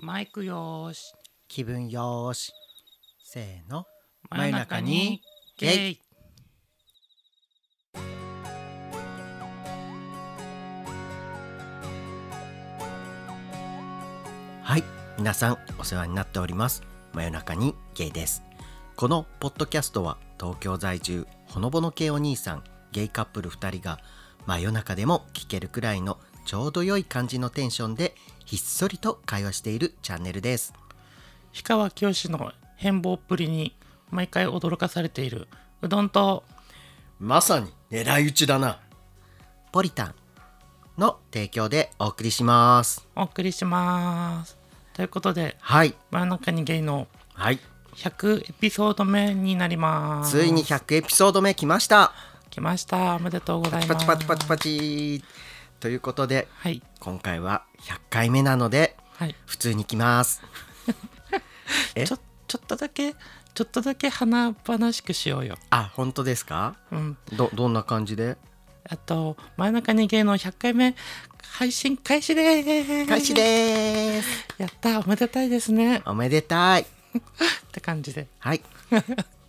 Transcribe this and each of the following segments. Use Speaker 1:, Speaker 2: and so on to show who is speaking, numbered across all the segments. Speaker 1: マイクよーし
Speaker 2: 気分よーしせーの
Speaker 1: 真夜中にゲ
Speaker 2: ゲ
Speaker 1: イ
Speaker 2: はい皆さんお世話になっております真夜中にゲイですこのポッドキャストは東京在住ほのぼの系お兄さんゲイカップル2人が真夜中でも聞けるくらいのちょうど良い感じのテンションでひっそりと会話しているチャンネルです
Speaker 1: 氷川きよしの変貌っぷりに毎回驚かされているうどんと
Speaker 2: まさに狙い撃ちだなポリタンの提供でお送りします
Speaker 1: お送りしますということで
Speaker 2: はい
Speaker 1: 真夜中にゲイの
Speaker 2: はい
Speaker 1: 100エピソード目になります
Speaker 2: ついに100エピソード目来ました
Speaker 1: 来ましたおめでとうござ
Speaker 2: パ
Speaker 1: い
Speaker 2: チ
Speaker 1: ま
Speaker 2: パ
Speaker 1: す
Speaker 2: チパチパチパチということで
Speaker 1: はい
Speaker 2: 今回は100回目なので
Speaker 1: はい
Speaker 2: 普通に来ますえ
Speaker 1: ちょちょっとだけちょっとだけ華々しくしようよ
Speaker 2: あ本当ですか
Speaker 1: うん
Speaker 2: どどんな感じで
Speaker 1: あと真夜中にゲイの100回目配信開始でーす
Speaker 2: 開始でーす
Speaker 1: やったおめでたいですね
Speaker 2: おめでたい
Speaker 1: って感じで
Speaker 2: はい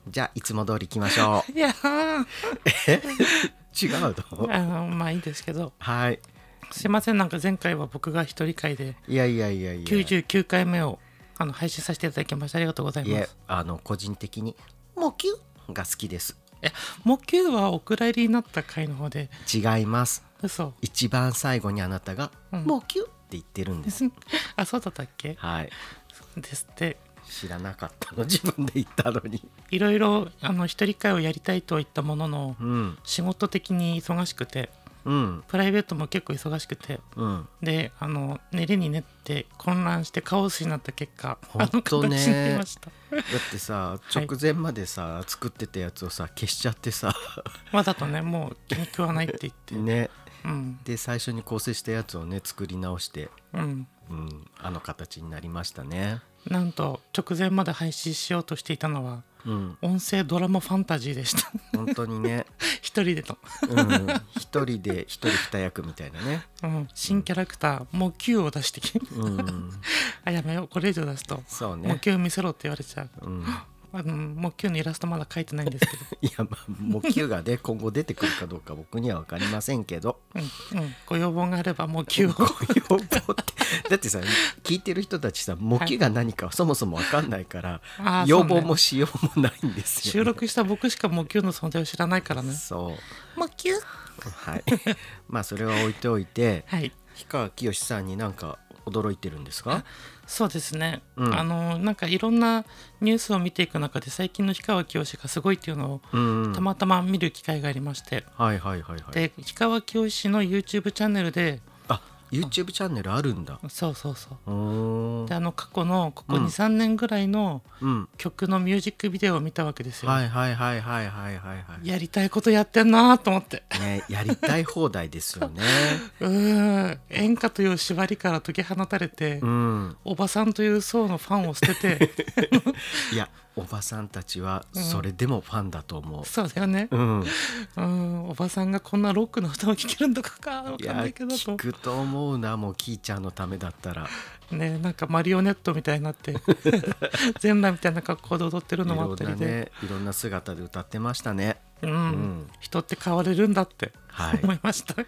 Speaker 2: じゃあいつも通り行きましょ
Speaker 1: いやー
Speaker 2: う 違うの
Speaker 1: あのまあいいですけど
Speaker 2: はい
Speaker 1: すいませんなんか前回は僕が一人会で
Speaker 2: いやいやいやいや
Speaker 1: 99回目をあの配信させていただきましたありがとうござい
Speaker 2: い
Speaker 1: ま
Speaker 2: や
Speaker 1: す
Speaker 2: あの個人的に「モキュ」が好きです
Speaker 1: えもう9はお蔵入りになった回の方で
Speaker 2: 違います
Speaker 1: 嘘
Speaker 2: 一番最後にあなたが
Speaker 1: うん
Speaker 2: 「モキュ」って言ってるんです、
Speaker 1: あそうだったっけ
Speaker 2: はい
Speaker 1: ですって
Speaker 2: 知らなかったの自分で言ったのに
Speaker 1: いろいろあの一人会をやりたいとは言ったものの
Speaker 2: うん
Speaker 1: 仕事的に忙しくて
Speaker 2: うん
Speaker 1: プライベートも結構忙しくて
Speaker 2: うん
Speaker 1: であの練りに練って混乱してカオスになった結果
Speaker 2: ほんと
Speaker 1: あ
Speaker 2: ね
Speaker 1: の形になりました
Speaker 2: だってさ
Speaker 1: い
Speaker 2: 直前までさ、作ってたやつをさ消しちゃっ てさ
Speaker 1: わざとねもう気に食わないって言って、
Speaker 2: ね
Speaker 1: うん
Speaker 2: で最初に構成したやつをね作り直して、
Speaker 1: うん
Speaker 2: うん、あの形になりましたね
Speaker 1: なんと直前まで配信しようとしていたのは
Speaker 2: うん
Speaker 1: 音声ドラマファンタジーでした
Speaker 2: 本当にね、
Speaker 1: 一人での、
Speaker 2: うん、一人で一人二役みたいなね、
Speaker 1: うん、新キャラクターもう9を出してきて
Speaker 2: うん、
Speaker 1: あやめようこれ以上出すと、
Speaker 2: そう
Speaker 1: もう
Speaker 2: ね、
Speaker 1: 9見せろって言われちゃう
Speaker 2: うん、い
Speaker 1: あのもう9のイラストまだ書いてないんですけど、
Speaker 2: やまあもう Q がね今後出てくるかどうか僕には分かりません けど
Speaker 1: うんうん、ご要望があればもう9
Speaker 2: ご
Speaker 1: を
Speaker 2: 要望ってだってさ聞いてる人たちさ模擬が何かそもそも分かんないから、
Speaker 1: あー
Speaker 2: 要
Speaker 1: そう
Speaker 2: 望
Speaker 1: ね
Speaker 2: もしようもないんですよ、
Speaker 1: 収録した僕しかもう9の存在を知らないからね
Speaker 2: そ
Speaker 1: もう9
Speaker 2: うはいまあそれは置いておい て
Speaker 1: はい
Speaker 2: 氷川きよしさんになんか驚いてるんですか
Speaker 1: そうですね、
Speaker 2: うん
Speaker 1: あのなんかいろんなニュースを見ていく中で最近の氷川きよしがすごいっていうのを
Speaker 2: うん
Speaker 1: たまたま見る機会がありまして、
Speaker 2: はいはいはいはい
Speaker 1: で氷川きよしの YouTube チャンネルで
Speaker 2: あ YouTube チャンネルあるんだ
Speaker 1: そうそうそう
Speaker 2: うーん
Speaker 1: であの過去のここ
Speaker 2: うん
Speaker 1: 23年ぐらいの
Speaker 2: うん
Speaker 1: 曲のミュージックビデオを見たわけですよ、
Speaker 2: はいはいはいはいはいはいは
Speaker 1: やりたいことやってんなと思 って
Speaker 2: いねやりたい放題ですよ ね
Speaker 1: うーん演歌という縛りから解き放たれて、
Speaker 2: うん
Speaker 1: おばさんという層のファンを捨てて
Speaker 2: いやおばさんたちはそれでもファンだと思う
Speaker 1: そうだよね、
Speaker 2: うん
Speaker 1: うんおばさんがこんなロックの歌を聴けるのかかわ
Speaker 2: い
Speaker 1: かん
Speaker 2: や
Speaker 1: ないけど
Speaker 2: 聞
Speaker 1: と
Speaker 2: くと思うなもうキーちゃんのためだったら
Speaker 1: ねなんかマリオネットみたいになって 全裸みたいな格好で踊ってる
Speaker 2: い
Speaker 1: のもあ
Speaker 2: ろ
Speaker 1: っ
Speaker 2: ん
Speaker 1: た
Speaker 2: な
Speaker 1: りで、
Speaker 2: ねいろんな姿で歌ってましたね
Speaker 1: うん
Speaker 2: ん
Speaker 1: 人って変われるんだって
Speaker 2: はい
Speaker 1: 思いま した、
Speaker 2: ね、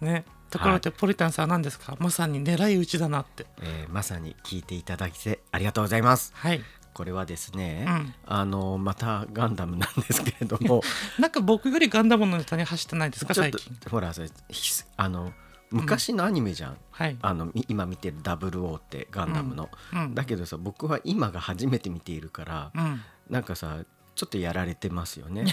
Speaker 1: ねところでポリタンさんは何ですかまさに狙い撃ちだなって
Speaker 2: えーまさに聞いていただきてありがとうございます
Speaker 1: はい
Speaker 2: これはですね、
Speaker 1: うん
Speaker 2: あのまたガンダムなんですけれ ども
Speaker 1: なんか僕よりガンダムのネタに走ってないですか
Speaker 2: ちょっ
Speaker 1: 最
Speaker 2: と
Speaker 1: 近
Speaker 2: ほらそれひすあの昔のアニメじゃん、
Speaker 1: はい
Speaker 2: あのみ今見てる「00」ってガンダムの、
Speaker 1: うん
Speaker 2: だけどさ僕は今が初めて見ているから、
Speaker 1: うん
Speaker 2: なんかさちょっとやられてますよね。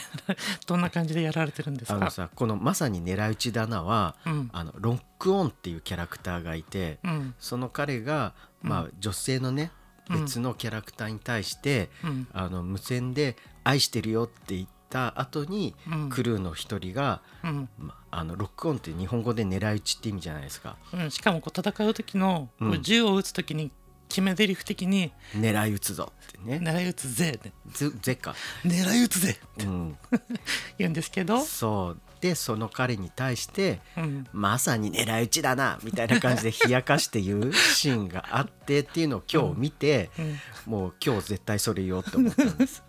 Speaker 1: どんな感じでやられてるんです
Speaker 2: あの
Speaker 1: か
Speaker 2: さこのまさに狙い撃ち棚は、
Speaker 1: うん
Speaker 2: あのロックオンっていうキャラクターがいて、
Speaker 1: うん
Speaker 2: その彼が、まあ、女性のね、
Speaker 1: うん
Speaker 2: 別のキャラクターに対して、
Speaker 1: うん
Speaker 2: あの無線で「愛してるよ」って言った後に、
Speaker 1: うん
Speaker 2: クルーの一人が、
Speaker 1: うん
Speaker 2: まあのロックオンって日本語で狙い撃ちって意味じゃないですか
Speaker 1: うん、しかもこう戦う時の、こう
Speaker 2: うん
Speaker 1: 銃を撃つ時に決め台詞的に
Speaker 2: 狙い撃つぞって
Speaker 1: 「
Speaker 2: ね
Speaker 1: 狙い撃つぜ」
Speaker 2: 「ぜ」ぜか、
Speaker 1: 狙い撃つぜ」
Speaker 2: うん、
Speaker 1: 言うんですけど
Speaker 2: そうでその彼に対して
Speaker 1: うん
Speaker 2: まさに狙い撃ちだなみたいな感じで冷やかして言 うシーンがあってっていうのを今日見て、
Speaker 1: うん
Speaker 2: もう今日絶対それ言おうと思っ たんです。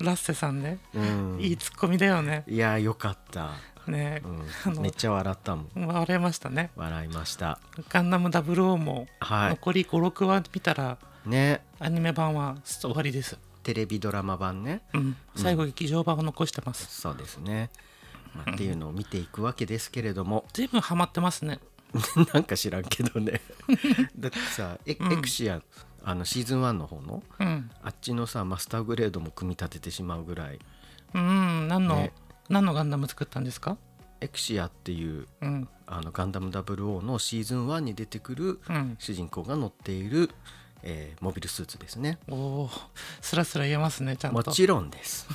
Speaker 1: ラッセさんね、
Speaker 2: うん、
Speaker 1: いいツッコミだよね
Speaker 2: いやよかった、
Speaker 1: ね、
Speaker 2: う
Speaker 1: あ
Speaker 2: ん、
Speaker 1: の
Speaker 2: めっちゃ笑ったもん
Speaker 1: 笑れましたね
Speaker 2: 笑いました
Speaker 1: ガンダム00も
Speaker 2: は
Speaker 1: 残り56話見たら
Speaker 2: いね
Speaker 1: アニメ版は終わりです、
Speaker 2: テレビドラマ版ね
Speaker 1: うん、最後劇場版を残してます、
Speaker 2: そうですね、まあっていうのを見ていくわけですけれども
Speaker 1: 随分ハマってますね
Speaker 2: なんか知らんけ どねだってさエ,、
Speaker 1: うん
Speaker 2: エクシアあのシーズン1の方の
Speaker 1: うん
Speaker 2: あっちのさマスターグレードも組み立ててしまうぐらい
Speaker 1: うん何の、
Speaker 2: ね
Speaker 1: 何のガンダム作ったんですか
Speaker 2: エクシアっていう
Speaker 1: うん
Speaker 2: あのガンダム00のシーズン1に出てくる
Speaker 1: うん
Speaker 2: 主人公が乗っている、えーモビルスーツですね
Speaker 1: おおスラスラ言えますねちゃん
Speaker 2: も
Speaker 1: と
Speaker 2: ちろんです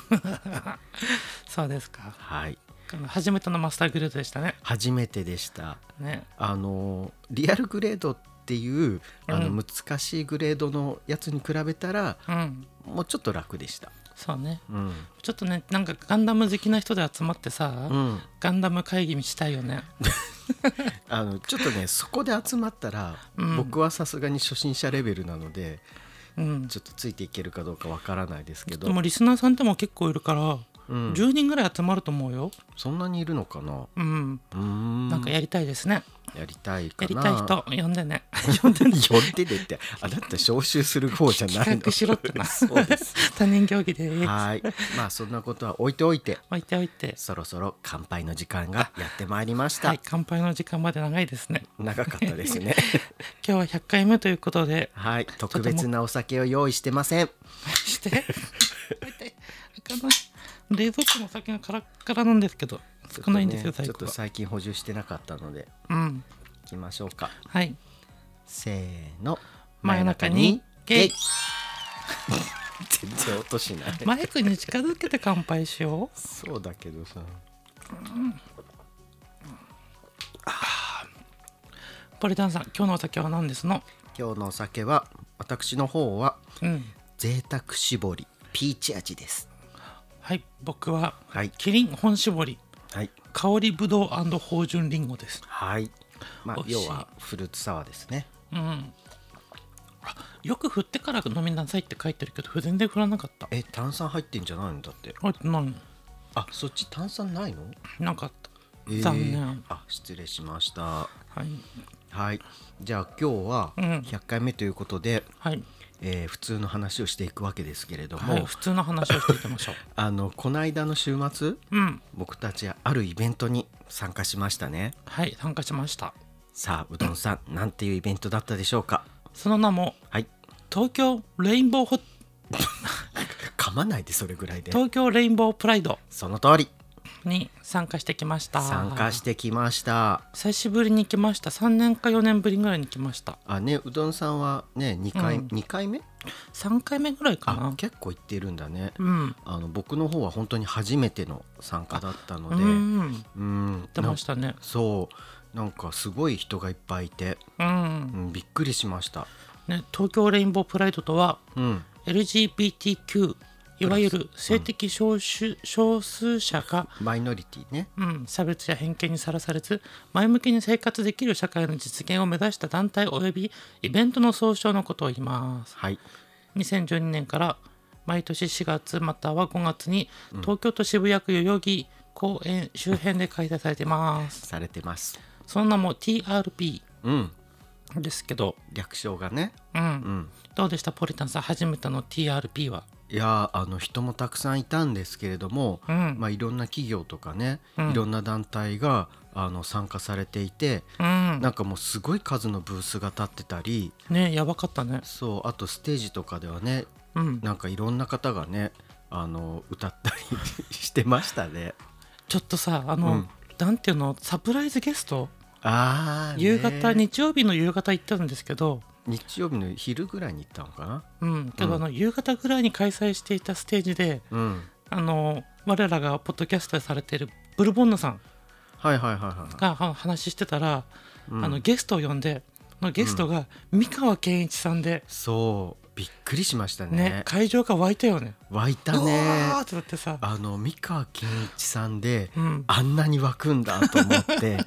Speaker 1: そうですか
Speaker 2: はい
Speaker 1: 初めてのマスターグループでしたね
Speaker 2: 初めてでした
Speaker 1: ね
Speaker 2: あのリアルグレードっていうあ
Speaker 1: う
Speaker 2: の
Speaker 1: ん
Speaker 2: 難しいグレードのやつに比べたら、
Speaker 1: うん
Speaker 2: もうちょっと楽でした。
Speaker 1: そうね
Speaker 2: うん、
Speaker 1: ちょっとねなんかガンダム好きな人で集まってさ、
Speaker 2: うん、
Speaker 1: ガンダム会議したいよ ね
Speaker 2: あのちょっ とねそこで集まったら、
Speaker 1: うん
Speaker 2: 僕はさすがに初心者レベルなので
Speaker 1: うん
Speaker 2: ちょっとついていけるかどうかわからないですけ
Speaker 1: で
Speaker 2: ど、
Speaker 1: もリスナーさんっても結構いるから、
Speaker 2: うん、
Speaker 1: 10人ぐらい集まると思うよ
Speaker 2: そんなにいるのかな
Speaker 1: うん
Speaker 2: うーん
Speaker 1: なんかやりたいですね、
Speaker 2: やりたいか
Speaker 1: やり
Speaker 2: な
Speaker 1: たい人呼んでね
Speaker 2: 呼んで呼んでねってあなた招集する方じゃない
Speaker 1: 企
Speaker 2: の
Speaker 1: 画しろってな
Speaker 2: そうです
Speaker 1: 他人行儀です
Speaker 2: はいまあそんなことは置いておいて
Speaker 1: 置いておいて
Speaker 2: そろそろ乾杯の時間がやってまいりました、
Speaker 1: はい乾杯の時間まで長いですね
Speaker 2: 長かったです ね
Speaker 1: 今日は100回目ということで
Speaker 2: はい特別なお酒を用意してません
Speaker 1: して 開かない冷蔵庫のお酒がカラッカラなんですけど
Speaker 2: ちょっ
Speaker 1: 少
Speaker 2: と
Speaker 1: ない
Speaker 2: ね
Speaker 1: んですよ、
Speaker 2: ちょ
Speaker 1: 最
Speaker 2: っと
Speaker 1: 近は
Speaker 2: 最近補充してなかったので
Speaker 1: うん
Speaker 2: いきましょうか
Speaker 1: はい
Speaker 2: せーの
Speaker 1: 真夜中にゲイ
Speaker 2: 全然音しない
Speaker 1: マイクに近づけて乾杯しよ
Speaker 2: そうだけどさ
Speaker 1: うポリタンさん今日のお酒は何ですの
Speaker 2: 今日のお酒は私の方は
Speaker 1: うん
Speaker 2: 贅沢絞りピーチ味です
Speaker 1: はい僕は
Speaker 2: はい
Speaker 1: キリン本搾り
Speaker 2: はい
Speaker 1: 香りぶどう芳醇りんごです
Speaker 2: はいまあ
Speaker 1: 美味
Speaker 2: 要
Speaker 1: しい
Speaker 2: はフルーツサワーですね
Speaker 1: うんあよく振ってから飲みなさいって書いてるけど全然振らなかった
Speaker 2: え炭酸入ってんじゃないのだって
Speaker 1: あない
Speaker 2: あそっち炭酸ないの、
Speaker 1: なかった、
Speaker 2: えー
Speaker 1: 残念
Speaker 2: あ失礼しました
Speaker 1: はい
Speaker 2: はいじゃあ今日は
Speaker 1: うん
Speaker 2: 100回目ということで、
Speaker 1: はい、
Speaker 2: えー普通の話をしていくわけですけれども、
Speaker 1: はい、普通の話をしていきましょう
Speaker 2: あのこの間の週末
Speaker 1: うん
Speaker 2: 僕たちはあるイベントに参加しましたね
Speaker 1: はい参加しました
Speaker 2: さあうどんさんなんていうイベントだったでしょうか
Speaker 1: その名も
Speaker 2: はい
Speaker 1: 東京レインボーホ
Speaker 2: 噛まないでそれぐらいで
Speaker 1: 東京レインボープライド
Speaker 2: その通り
Speaker 1: に参加してきました
Speaker 2: 参加してきました
Speaker 1: 久しぶりに来ました3年か4年ぶりぐらいに来ました
Speaker 2: あねうどんさんはね2回、
Speaker 1: うん
Speaker 2: 2回目
Speaker 1: 3回目ぐらいか
Speaker 2: あ
Speaker 1: な
Speaker 2: 結構行ってるんだね
Speaker 1: うん
Speaker 2: あの僕の方は本当に初めての参加だったの
Speaker 1: う
Speaker 2: で
Speaker 1: ん
Speaker 2: うん
Speaker 1: 出
Speaker 2: な
Speaker 1: ましたね
Speaker 2: そうなんかすごい人がいっぱいいて、
Speaker 1: うん
Speaker 2: うん、びっくりしました
Speaker 1: ね東京レインボープライドとは
Speaker 2: うん、
Speaker 1: LGBTQ いわゆる性的少数,、少数者が、
Speaker 2: マイノリティね
Speaker 1: うん、差別や偏見にさらされず前向きに生活できる社会の実現を目指した団体およびイベントの総称のことを言います
Speaker 2: はい
Speaker 1: 2012年から毎年4月または5月に東京都渋谷区代々木公園周辺で開催されてます、
Speaker 2: されてます
Speaker 1: その名も TRP
Speaker 2: うん
Speaker 1: ですけど、
Speaker 2: 略称がね
Speaker 1: うん
Speaker 2: ん
Speaker 1: どうでしたポリタンさん初めての TRP はい
Speaker 2: やーあの人もたくさんいたんですけれども、
Speaker 1: うん
Speaker 2: まあ、いろんな企業とかね、いろんな団体があの参加されていて、
Speaker 1: うん
Speaker 2: なんかもうすごい数のブースが立ってたり
Speaker 1: ねやばかったね
Speaker 2: そうあとステージとかではね
Speaker 1: うん
Speaker 2: なんかいろんな方がねあの歌ったり してましたね。
Speaker 1: ちょっとさあの、
Speaker 2: うん
Speaker 1: なんていうのサプライズゲスト
Speaker 2: あーね
Speaker 1: 夕方日曜日の夕方行ったんですけど
Speaker 2: 日曜日の昼ぐらいに行ったのかな、
Speaker 1: うんけど、あの夕方ぐらいに開催していたステージで
Speaker 2: うん、
Speaker 1: あの我らがポッドキャストでされているブルボンヌさん
Speaker 2: はいはいはいはい
Speaker 1: がは話してたら、
Speaker 2: うん
Speaker 1: あのゲストを呼んでのゲストが三河健一さんで、
Speaker 2: そうびっくりしましたね
Speaker 1: ね会場が沸いたよね
Speaker 2: 湧いた
Speaker 1: う
Speaker 2: ね
Speaker 1: わーってなってさ
Speaker 2: あの三川健一さんで
Speaker 1: うん
Speaker 2: あんなに湧くんだと思って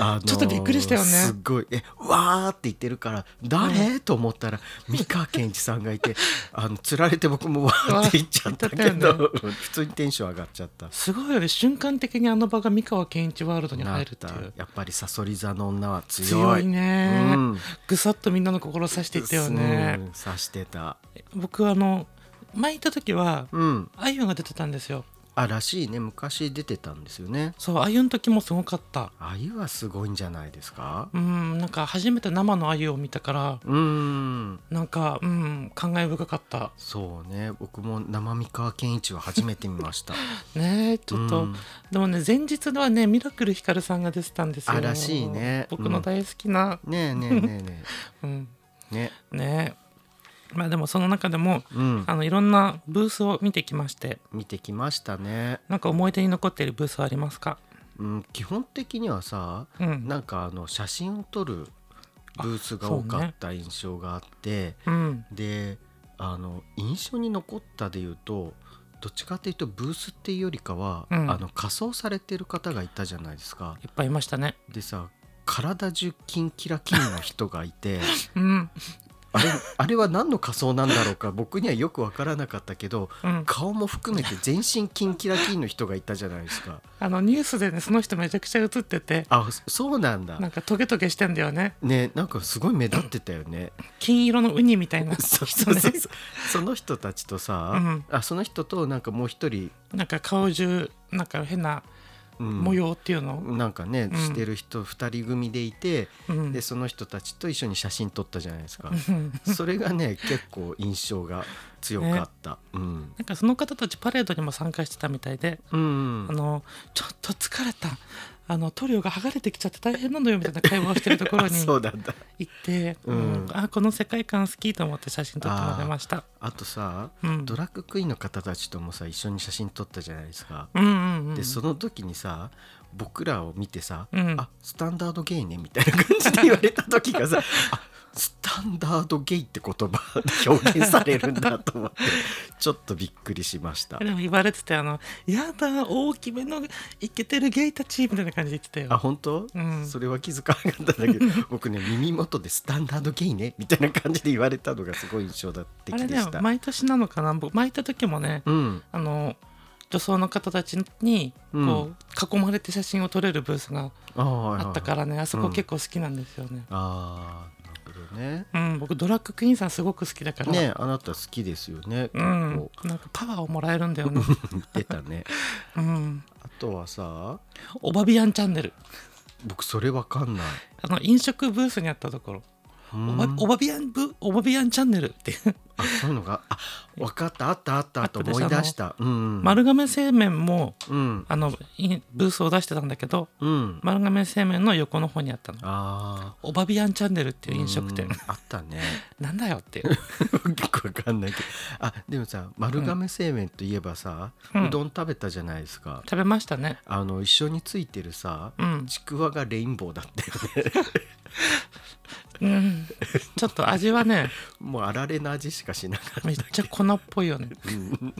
Speaker 2: あの
Speaker 1: ちょっとびっくりしたよね
Speaker 2: すっごい「えわー」って言ってるから「誰と思ったら三川健一さんが いてあのつられて僕もわーって言っちゃったけ
Speaker 1: 言っちゃった
Speaker 2: ど、普通にテンション上がっちゃった。
Speaker 1: すごいよね瞬間的にあの場が三河健一ワールドに
Speaker 2: な
Speaker 1: 入
Speaker 2: っ
Speaker 1: るって
Speaker 2: た
Speaker 1: いう
Speaker 2: やっぱりさそり座の女は強い
Speaker 1: 強いね、
Speaker 2: うん
Speaker 1: ぐさっとみんなの心を刺していったよね、
Speaker 2: うん刺してた
Speaker 1: 僕あの前行った時は
Speaker 2: うん
Speaker 1: あゆが出てたんですよ
Speaker 2: あらしいね昔出てたんですよね
Speaker 1: そうあゆの時もすごかった
Speaker 2: あゆはすごいんじゃないですか
Speaker 1: うんなんか初めて生のあゆを見たから
Speaker 2: うん
Speaker 1: なんかうん感慨深かった
Speaker 2: そうね僕も生三河健一は初めて見 ました
Speaker 1: ねえちょっと、
Speaker 2: うん
Speaker 1: でもね前日はねミラクルひかるさんが出てたんですよ
Speaker 2: あらしいね
Speaker 1: 僕の大好きな、
Speaker 2: ねえねえねえね
Speaker 1: うん
Speaker 2: えね
Speaker 1: ねえまあでもその中でも
Speaker 2: うん
Speaker 1: あのいろんなブースを見てきまして
Speaker 2: 見てきましたね
Speaker 1: なんか思い出に残っているブースはありますか
Speaker 2: うん基本的にはさ
Speaker 1: うん
Speaker 2: なんかあの写真を撮るブースが多かった印象があって
Speaker 1: うん
Speaker 2: であの印象に残ったでいうとどっちかというとブースっていうよりかは、
Speaker 1: うん
Speaker 2: あの仮装されてる方がいたじゃないですか
Speaker 1: いっぱいいましたね
Speaker 2: でさ体中キンキラキンの人がい て
Speaker 1: うん
Speaker 2: あれあれは何の仮装なんだろうか僕にはよく分からなかったけど
Speaker 1: うん
Speaker 2: 顔も含めて全身キンキラキンの人がいたじゃないですか
Speaker 1: あのニュースでねその人めちゃくちゃ映ってて
Speaker 2: あそそうなんだ
Speaker 1: なんかトゲトゲしてんだよね
Speaker 2: ねなんかすごい目立ってたよね
Speaker 1: 金色のウニみたいな
Speaker 2: そう
Speaker 1: 人
Speaker 2: そう
Speaker 1: ね
Speaker 2: そうそうその人たちとさ、
Speaker 1: うん
Speaker 2: あその人となんかもう一人、
Speaker 1: なんか顔中なんか変な
Speaker 2: うん
Speaker 1: 模様っていうのを、
Speaker 2: なんかね、
Speaker 1: うん
Speaker 2: してる人2人組でいて、
Speaker 1: うん
Speaker 2: でその人たちと一緒に写真撮ったじゃないですか、
Speaker 1: うん
Speaker 2: それが ね結構印象が強かった、うん、
Speaker 1: なんかその方たちパレードにも参加してたみたいで、
Speaker 2: うん
Speaker 1: あのちょっと疲れたあの塗料が剥がれてきちゃって大変なのよみたいな会話をしてるところ
Speaker 2: あ
Speaker 1: に
Speaker 2: そうなんだ
Speaker 1: 行って、
Speaker 2: う
Speaker 1: うんんあこの世界観好きと思って写真撮ってもらいました。
Speaker 2: あとさ、
Speaker 1: うん
Speaker 2: ドラッグクイーンの方たちともさ一緒に写真撮ったじゃないですか、
Speaker 1: うんうんうん、
Speaker 2: でその時にさ僕らを見てさ「
Speaker 1: うん
Speaker 2: あスタンダードゲイね」みたいな感じで言われた時が さ「あスタンダードゲイって言葉で表現されるんだと思ってちょっとびっくりしました
Speaker 1: でも言われててあの「やだ大きめのイケてるゲイたち」みたいな感じで言ってた
Speaker 2: あ
Speaker 1: よ。
Speaker 2: 本当、
Speaker 1: うん
Speaker 2: それは気づかなかったん だけど僕ね耳元で「スタンダードゲイね」みたいな感じで言われたのがすごい印象的
Speaker 1: あれ
Speaker 2: で
Speaker 1: ね
Speaker 2: した。
Speaker 1: 毎年なのかな僕巻いた時もね、
Speaker 2: うん、
Speaker 1: あの女装の方たちにこう囲まれて写真を撮れるブースが
Speaker 2: あー
Speaker 1: あったからねあそうこ
Speaker 2: ん
Speaker 1: 結構好きなんですよね。
Speaker 2: あーなるほどね。
Speaker 1: うん、僕ドラッグクイーンさんすごく好きだから、
Speaker 2: ねあなた好きですよね。
Speaker 1: う
Speaker 2: 結
Speaker 1: ん
Speaker 2: 構、
Speaker 1: なんかパワーをもらえるんだ よね。
Speaker 2: 出たね。
Speaker 1: うん、
Speaker 2: あとはさ
Speaker 1: オバビアンチャンネル
Speaker 2: 僕それわかんない。
Speaker 1: あの飲食ブースにあったところ、
Speaker 2: うん
Speaker 1: オバオバビアンブオバビアンチャンネルっていう、
Speaker 2: あそういうのがあわかったあったあったと思い出した。うん、
Speaker 1: 丸亀製麺も
Speaker 2: うん
Speaker 1: あのインブースを出してたんだけど
Speaker 2: うん
Speaker 1: 丸亀製麺の横の方にあったの
Speaker 2: あ
Speaker 1: オバビアンチャンネルって
Speaker 2: ー
Speaker 1: いう飲食
Speaker 2: う
Speaker 1: 店
Speaker 2: んあったね。
Speaker 1: なんだよっていう
Speaker 2: 結構わかんないけどあでもさ丸亀製麺といえばさ、う
Speaker 1: うん
Speaker 2: どん食べたじゃないですか、
Speaker 1: 食べましたね
Speaker 2: あの一緒についてるさ、
Speaker 1: うん、
Speaker 2: ちくわがレインボーだったよね
Speaker 1: うん、ちょっと味はね
Speaker 2: もうあられの味しかしなかっ
Speaker 1: めっちゃ粉っぽいよね
Speaker 2: た、うん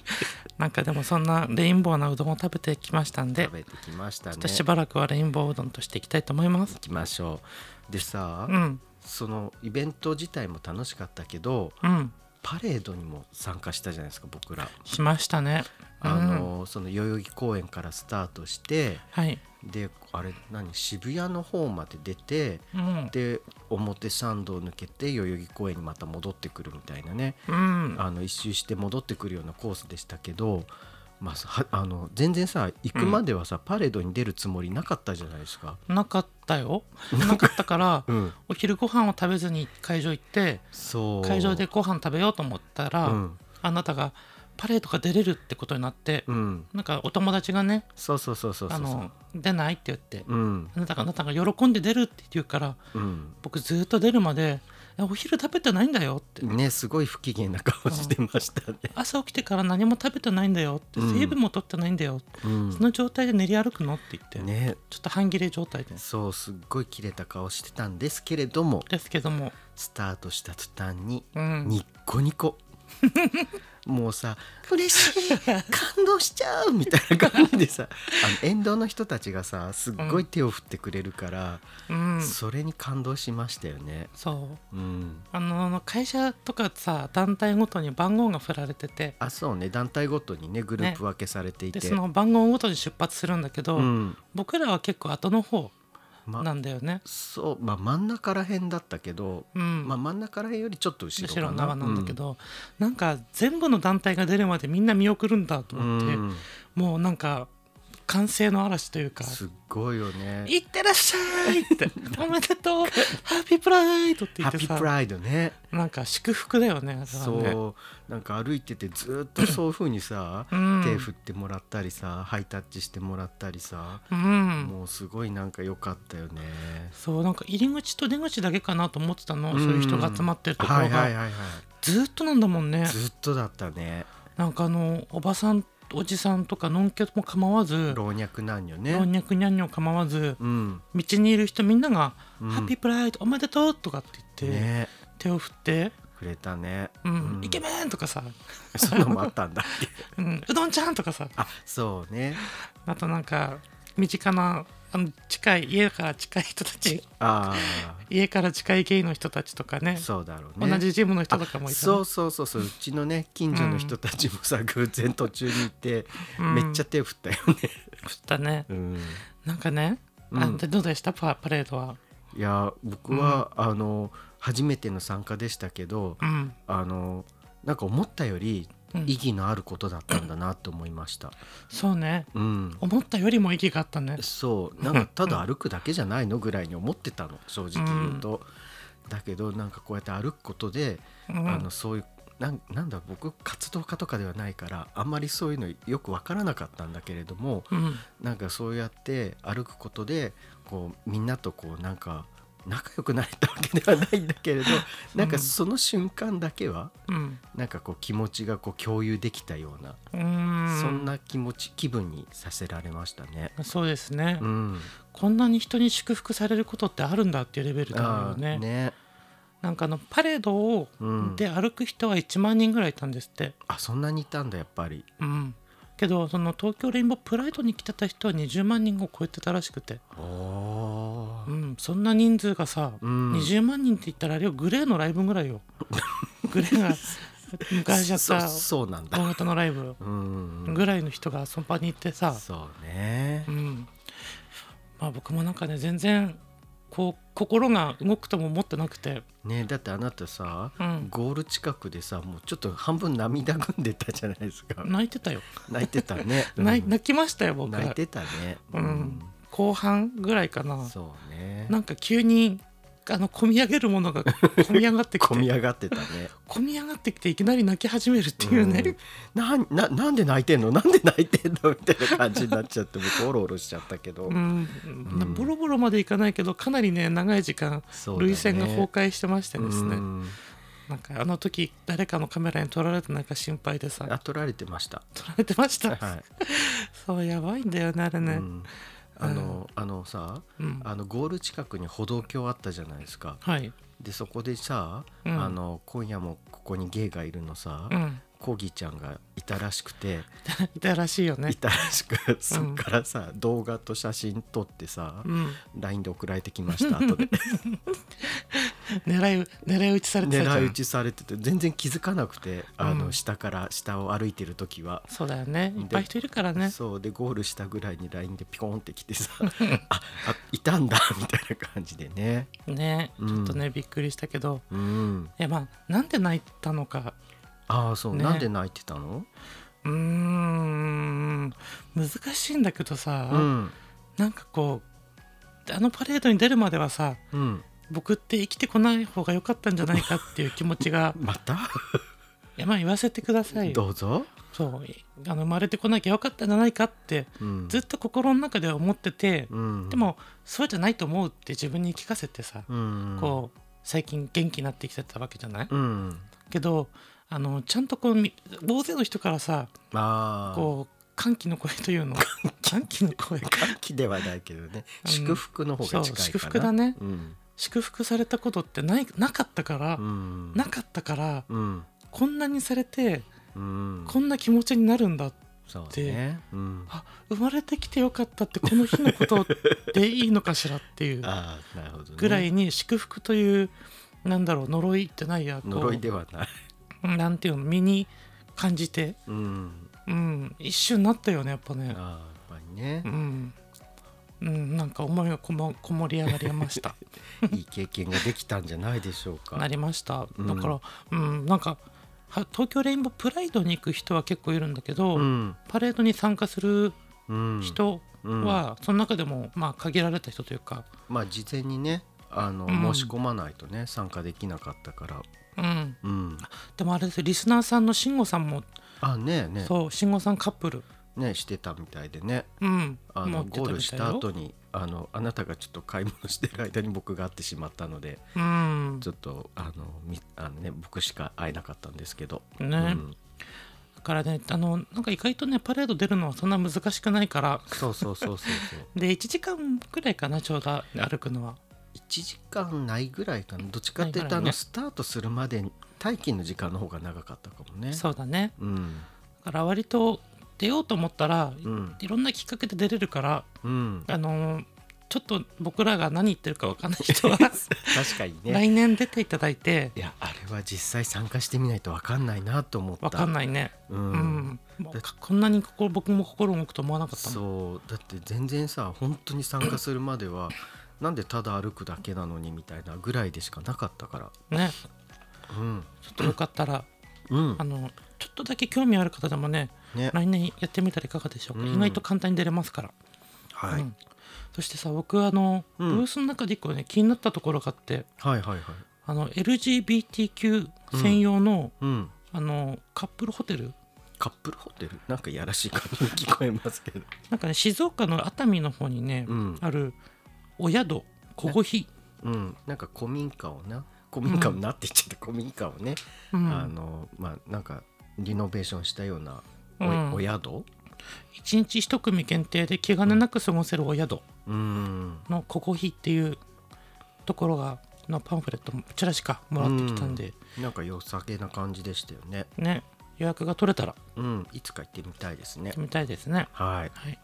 Speaker 1: なんかでもそんなレインボーなうどんを食べてきましたんで
Speaker 2: 食べてきましたね
Speaker 1: ちょっとしばらくはレインボーうどんとしていきたいと思います
Speaker 2: 行きましょうでさ、
Speaker 1: うん
Speaker 2: そのイベント自体も楽しかったけど
Speaker 1: うん
Speaker 2: パレードにも参加したじゃないですか僕ら
Speaker 1: しましたねうん
Speaker 2: あの、その代々木公園からスタートして
Speaker 1: はい、
Speaker 2: であれ何渋谷の方まで出て
Speaker 1: うん
Speaker 2: で表参道を抜けて代々木公園にまた戻ってくるみたいなね、
Speaker 1: うん、
Speaker 2: あの一周して戻ってくるようなコースでしたけど、まあさ、はあの全然さ行くまではさ、パレードに出るつもりなかったじゃないですか。
Speaker 1: なかった よなかったから
Speaker 2: うん、
Speaker 1: お昼ご飯を食べずに会場行って
Speaker 2: そう
Speaker 1: 会場でご飯食べようと思ったら、
Speaker 2: うん、
Speaker 1: あなたがパレードが出れるってことになって、
Speaker 2: うん、
Speaker 1: なんかお友達がね
Speaker 2: そうそうそうそうそう
Speaker 1: あの出ないって言って、
Speaker 2: うん
Speaker 1: あなたがあなたが喜んで出るって言うから
Speaker 2: うん
Speaker 1: 僕ずっと出るまでお昼食べてないんだよって、
Speaker 2: ねすごい不機嫌な顔してましたね、
Speaker 1: 朝起きてから何も食べてないんだよって、
Speaker 2: うん
Speaker 1: 水分も取ってないんだよって、
Speaker 2: うん
Speaker 1: その状態で練り歩くのって言って、
Speaker 2: ね
Speaker 1: ちょっと半切れ状態で
Speaker 2: そうすっごい切れた顔してたんですけれども
Speaker 1: ですけども、
Speaker 2: スタートした途端に
Speaker 1: うん、
Speaker 2: ニッコ ニコもうさ嬉しい感動しちゃうみたいな感じでさあの沿道の人たちがさすっごい手を振ってくれるから、
Speaker 1: うん、
Speaker 2: それに感動しましたよね。
Speaker 1: そう
Speaker 2: うん
Speaker 1: あの会社とかさ団体ごとに番号が振られてて
Speaker 2: あそうね団体ごとにねグループ分けされていて、
Speaker 1: でその番号ごとに出発するんだけど、
Speaker 2: うん
Speaker 1: 僕らは結構後の方
Speaker 2: ま
Speaker 1: なんだよね、
Speaker 2: そうまあ真ん中らへんだったけど、
Speaker 1: うん、
Speaker 2: まあ真ん中らへんよりちょっと後ろ
Speaker 1: 後
Speaker 2: か
Speaker 1: ろ
Speaker 2: な
Speaker 1: 側なんだけ、ど、なんか全部の団体が出るまでみんな見送るんだと
Speaker 2: うん
Speaker 1: 思って、
Speaker 2: うん
Speaker 1: もうなんか歓声の嵐というか
Speaker 2: すっごいよね
Speaker 1: 「いってらっしゃい!」 って「おめでとうハッピープライド!」って言
Speaker 2: ハ
Speaker 1: っ
Speaker 2: ッ
Speaker 1: て
Speaker 2: ピープ
Speaker 1: さ
Speaker 2: ライドね
Speaker 1: なんか祝福だよねだからね
Speaker 2: そうなんか歩いててずーっとそういうふうにさ、
Speaker 1: うん
Speaker 2: 手振ってもらったりさハイタッチしてもらったりさ、
Speaker 1: うん
Speaker 2: もうすごいなんか良かったよね。
Speaker 1: そうなんか入り口と出口だけかなと思ってたの、そういう人が集まってるところが、
Speaker 2: はいはいはいは
Speaker 1: ずーっとなんだもんね
Speaker 2: い。ずっとだったね。
Speaker 1: なんかあのおばさんおじさんとかのんけも構わず
Speaker 2: 老若男女
Speaker 1: 老
Speaker 2: ね。
Speaker 1: 若にゃんにょ構わず
Speaker 2: うん。
Speaker 1: 道にいる人みんなが「
Speaker 2: うん
Speaker 1: ハッピープライドおめでとう!」とかって言って、
Speaker 2: ね
Speaker 1: 手を振って
Speaker 2: くれたね。
Speaker 1: 「うんイケメン!」とかさ
Speaker 2: そんなのもあったんだっけ。
Speaker 1: 「うん、うどんちゃん!」とかさ
Speaker 2: あそうね。
Speaker 1: あとなんか身近なあの近い家から近い人たち
Speaker 2: あ
Speaker 1: 家から近いゲイの人たちとかね
Speaker 2: あそうだろうね。
Speaker 1: 同じジムの人とかもいたね
Speaker 2: そうそうそうそううちのね近所の人たちもさ、偶然途中にいて、
Speaker 1: うん
Speaker 2: めっちゃ手振ったよね。
Speaker 1: 振ったね
Speaker 2: うん
Speaker 1: なんかね、
Speaker 2: うん
Speaker 1: あでどうでしたパパレードはい
Speaker 2: や僕は、あの初めての参加でしたけど、
Speaker 1: うん
Speaker 2: あのなんか思ったより
Speaker 1: うん
Speaker 2: 意義のあることだったんだなと思いました。
Speaker 1: そうね
Speaker 2: うん、
Speaker 1: 思ったよりも息があったね
Speaker 2: そうなんかただ歩くだけじゃないのぐらいに思ってたの正直言うと。だけどなんかこうやって歩くことで、
Speaker 1: うん
Speaker 2: あのそういうなんなんだ僕活動家とかではないからあんまりそういうのよく分からなかったんだけれども、
Speaker 1: うん
Speaker 2: なんかそうやって歩くことでこうみんなとこうなんか仲良くなれたわけではないんだけれどなんかその瞬間だけは
Speaker 1: うん
Speaker 2: なんかこう気持ちがこう共有できたような、
Speaker 1: うん
Speaker 2: そんな気持ち気分にさせられましたね。
Speaker 1: そうですね、
Speaker 2: うん、
Speaker 1: こんなに人に祝福されることってあるんだっていうレベルだよ
Speaker 2: ああ
Speaker 1: ね
Speaker 2: ね
Speaker 1: なんかあのパレードを、
Speaker 2: うん
Speaker 1: で歩く人は1万人ぐらいいたんですって
Speaker 2: あそんなにいたんだやっぱり。
Speaker 1: うんけどその東京レインボープライドに来てた人は20万人を超えてたらしくて、
Speaker 2: お
Speaker 1: う
Speaker 2: おー、
Speaker 1: ん、そんな人数がさ、
Speaker 2: うん
Speaker 1: 20万人って言ったらあれよグレーのライブぐら いよグレーが昔やっ
Speaker 2: そ
Speaker 1: た
Speaker 2: そうなんだ。
Speaker 1: 大型のライブ
Speaker 2: うんうん、
Speaker 1: ぐらいの人がその場に行ってさ、
Speaker 2: そうね
Speaker 1: う。ん、まあ僕もなんかね全然こう心が動くとも思ってなくて、
Speaker 2: ねだってあなたさ、
Speaker 1: うん
Speaker 2: ゴール近くでさもうちょっと半分涙ぐんでたじゃないですか
Speaker 1: 泣いてたよ
Speaker 2: 泣いてたね
Speaker 1: 泣い
Speaker 2: うん
Speaker 1: 泣きましたよ僕
Speaker 2: 泣いてたね
Speaker 1: うん、後半ぐらいか
Speaker 2: う
Speaker 1: なん
Speaker 2: そうね
Speaker 1: なんか急にあの込み上げるも のが込み上がってきて
Speaker 2: 込み
Speaker 1: 込
Speaker 2: 上がってたね
Speaker 1: み上がってきていきなり泣き始めるっていうね、
Speaker 2: うんなんななんで泣いてんのなんで泣いてんのみたいな感じになっちゃって僕オロオロしちゃったけど、
Speaker 1: うんボロボロまでいかないけどかなりね長い時間
Speaker 2: そうだね
Speaker 1: 涙腺が崩壊してましてですね
Speaker 2: うん
Speaker 1: なんかあの時誰かのカメラに撮られてないか心配でさ
Speaker 2: あ取られてました
Speaker 1: 撮られてました、
Speaker 2: は
Speaker 1: そうやばいんだよねあれ
Speaker 2: い、
Speaker 1: ね、
Speaker 2: うんあのあのさ、
Speaker 1: うん
Speaker 2: あのゴール近くに歩道橋あったじゃないですか
Speaker 1: はい
Speaker 2: でそこでさ、
Speaker 1: うん
Speaker 2: あの今夜もここにゲイがいるのさ、
Speaker 1: うん
Speaker 2: コギちゃんがいたらしくて、
Speaker 1: いたらしいよね
Speaker 2: いたらしく、そっからさ動画と写真撮ってさ、
Speaker 1: うん
Speaker 2: LINE で送られてきました 後で
Speaker 1: 狙い狙い撃ちされてたじゃん
Speaker 2: 狙い撃ちされてて全然気づかなくて、あ
Speaker 1: う
Speaker 2: の
Speaker 1: ん
Speaker 2: 下から下を歩いてる時は。
Speaker 1: そうだよねいっぱい人いるからね
Speaker 2: そうでゴールしたぐらいに LINE でピコンって来てさああいたんだみたいな感じでね
Speaker 1: ねち
Speaker 2: うん
Speaker 1: ょっとね、びっくりしたけど
Speaker 2: うん
Speaker 1: いやまあなんで泣いたのか
Speaker 2: ああそう、
Speaker 1: ね
Speaker 2: なんで泣いてたの
Speaker 1: うーん難しいんだけどさ、
Speaker 2: うん
Speaker 1: なんかこうあのパレードに出るまではさ
Speaker 2: うん
Speaker 1: 僕って生きてこない方が良かったんじゃないかっていう気持ち が
Speaker 2: また、
Speaker 1: いやまあ言わせてくださいよ
Speaker 2: どうぞ、
Speaker 1: そうあの生まれてこなきゃ良かったんじゃないかって
Speaker 2: うん、
Speaker 1: ずっと心の中では思ってて、
Speaker 2: うん
Speaker 1: でもそうじゃないと思うって自分に聞かせてさ、
Speaker 2: うん
Speaker 1: こう最近元気になってきてたわけじゃない、
Speaker 2: うん
Speaker 1: けどあのちゃんとこうみ大勢の人からさ
Speaker 2: ああ
Speaker 1: こう歓喜の声というの歓喜の声
Speaker 2: 歓喜ではないけどね
Speaker 1: うん
Speaker 2: 祝福の方が近いかな、
Speaker 1: そう祝福だね
Speaker 2: うん
Speaker 1: 祝福されたことってないなかったから、
Speaker 2: うん
Speaker 1: なかったから
Speaker 2: うん
Speaker 1: こんなにされて
Speaker 2: うん
Speaker 1: こんな気持ちになるんだ
Speaker 2: そうね、うん、
Speaker 1: あ生まれてきてよかったってこの日のことでいいのかしらっていう
Speaker 2: ああなるほど、ね、
Speaker 1: ぐらいに祝福というなんだろう呪いってないやこう
Speaker 2: 呪いではない、
Speaker 1: なんていうの身に感じて、
Speaker 2: うん、
Speaker 1: うん、一瞬なったよねやっぱね
Speaker 2: ああやっぱりね
Speaker 1: う、ん、うん、なんか思いがこもこもり上がりました
Speaker 2: いい経験ができたんじゃないでしょうか
Speaker 1: なりました
Speaker 2: うん
Speaker 1: だから、うんなんかは東京レインボープライドに行く人は結構いるんだけど、
Speaker 2: うん
Speaker 1: パレードに参加する
Speaker 2: うん、
Speaker 1: 人
Speaker 2: うん、
Speaker 1: は、その中でもまあ限られた人というか、
Speaker 2: まあ事前にねあの、
Speaker 1: うん
Speaker 2: 申し込まないとね参加できなかったから
Speaker 1: うん、
Speaker 2: うん
Speaker 1: でもあれですよリスナーさんの慎吾さんも、
Speaker 2: あねえね
Speaker 1: そう慎吾さんカップル、
Speaker 2: えねえしてたみたいでね
Speaker 1: うん、
Speaker 2: あ
Speaker 1: 持
Speaker 2: の
Speaker 1: って
Speaker 2: ゴ
Speaker 1: た
Speaker 2: ー
Speaker 1: みた
Speaker 2: ルし
Speaker 1: いよ
Speaker 2: た後にあのあなたがちょっと買い物してる間に僕が会ってしまったので
Speaker 1: うん
Speaker 2: ちょっとあのみあの、ね、僕しか会えなかったんですけど、
Speaker 1: ね、
Speaker 2: うん、
Speaker 1: だからねあのなんか意外とねパレード出るのはそんな難しくないから
Speaker 2: そうそうそうそうそう
Speaker 1: で1時間くらいかなちょうど歩くのは
Speaker 2: 1時間ないぐらいかなどっちかってい
Speaker 1: ない
Speaker 2: うと、
Speaker 1: ぐらい
Speaker 2: あ
Speaker 1: ね
Speaker 2: のスタートするまでに待機の時間の方が長かったかもね
Speaker 1: そうだね
Speaker 2: うん
Speaker 1: だから割と出ようと思ったら、
Speaker 2: うん
Speaker 1: いろんなきっかけで出れるから
Speaker 2: うん
Speaker 1: あのちょっと僕らが何言ってるかわかんない人は
Speaker 2: 確かにね
Speaker 1: 来年出ていただいて
Speaker 2: いやあれは実際参加してみないと分かんないなと思った
Speaker 1: わかんないね
Speaker 2: う、
Speaker 1: うんん、もうこんなに心僕も心動くと思わなかったもん
Speaker 2: そうだって全然さ本当に参加するまで はなんでただ歩くだけなのにみたいなぐらいでしかなかったから
Speaker 1: ね
Speaker 2: うん
Speaker 1: ちょっとよかったら
Speaker 2: うん
Speaker 1: あのちょっとだけ興味ある方でもね
Speaker 2: ね
Speaker 1: 来年やってみたらいかがでしょうか、
Speaker 2: うん
Speaker 1: 意外と簡単に出れますから、
Speaker 2: はい、
Speaker 1: うんそしてさ僕あの、
Speaker 2: うん
Speaker 1: ブースの中で一個ね気になったところがあって
Speaker 2: はいはいはい
Speaker 1: あの LGBTQ 専用の,、
Speaker 2: うん
Speaker 1: あのカップルホテル
Speaker 2: カップルホテルなんかやらしい感じに聞こえますけど
Speaker 1: なんかね静岡の熱海の方にね、
Speaker 2: うん
Speaker 1: あるお宿こごひ、
Speaker 2: うんなんか古民家をな古民家をなって言っちゃった、古民家をね、
Speaker 1: うん
Speaker 2: あのまあなんかリノベーションしたようなお,、
Speaker 1: うん
Speaker 2: お宿
Speaker 1: 1日1組限定で気兼ねなく過ごせるお宿
Speaker 2: うん
Speaker 1: のこごひっていうところがのパンフレットもチラシかもらってきたんで、
Speaker 2: なんか良さげな感じでしたよね
Speaker 1: ね予約が取れたら行
Speaker 2: うんいつか行ってみたいですね
Speaker 1: ってみたいですね
Speaker 2: はい
Speaker 1: はい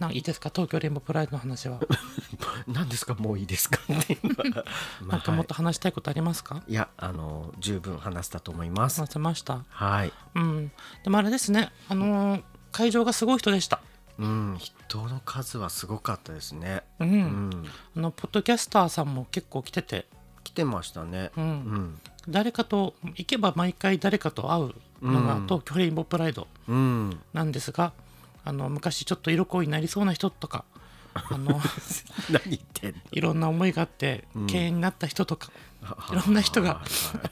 Speaker 1: なんいいですか東京レインボープライドの話 は
Speaker 2: 何ですかもういいです か
Speaker 1: なんかもっと話したいことありますか、
Speaker 2: いやあの十分話したと思います
Speaker 1: 話せました
Speaker 2: はい
Speaker 1: うんでもあれですねあのー会場がすごい人でした
Speaker 2: うん人の数はすごかったですね
Speaker 1: うん、
Speaker 2: うん
Speaker 1: あのポッドキャスターさんも結構来てて
Speaker 2: 来てましたね
Speaker 1: うん
Speaker 2: うん
Speaker 1: 誰かと行けば毎回誰かと会うのが
Speaker 2: うん
Speaker 1: 東京レインボープライド
Speaker 2: うん
Speaker 1: なんですが、あの昔ちょっと色恋になりそうな人と かあの
Speaker 2: 何言ってんの
Speaker 1: いろんな思いがあって
Speaker 2: うん
Speaker 1: 敬遠になった人とか い
Speaker 2: い
Speaker 1: ろんな人が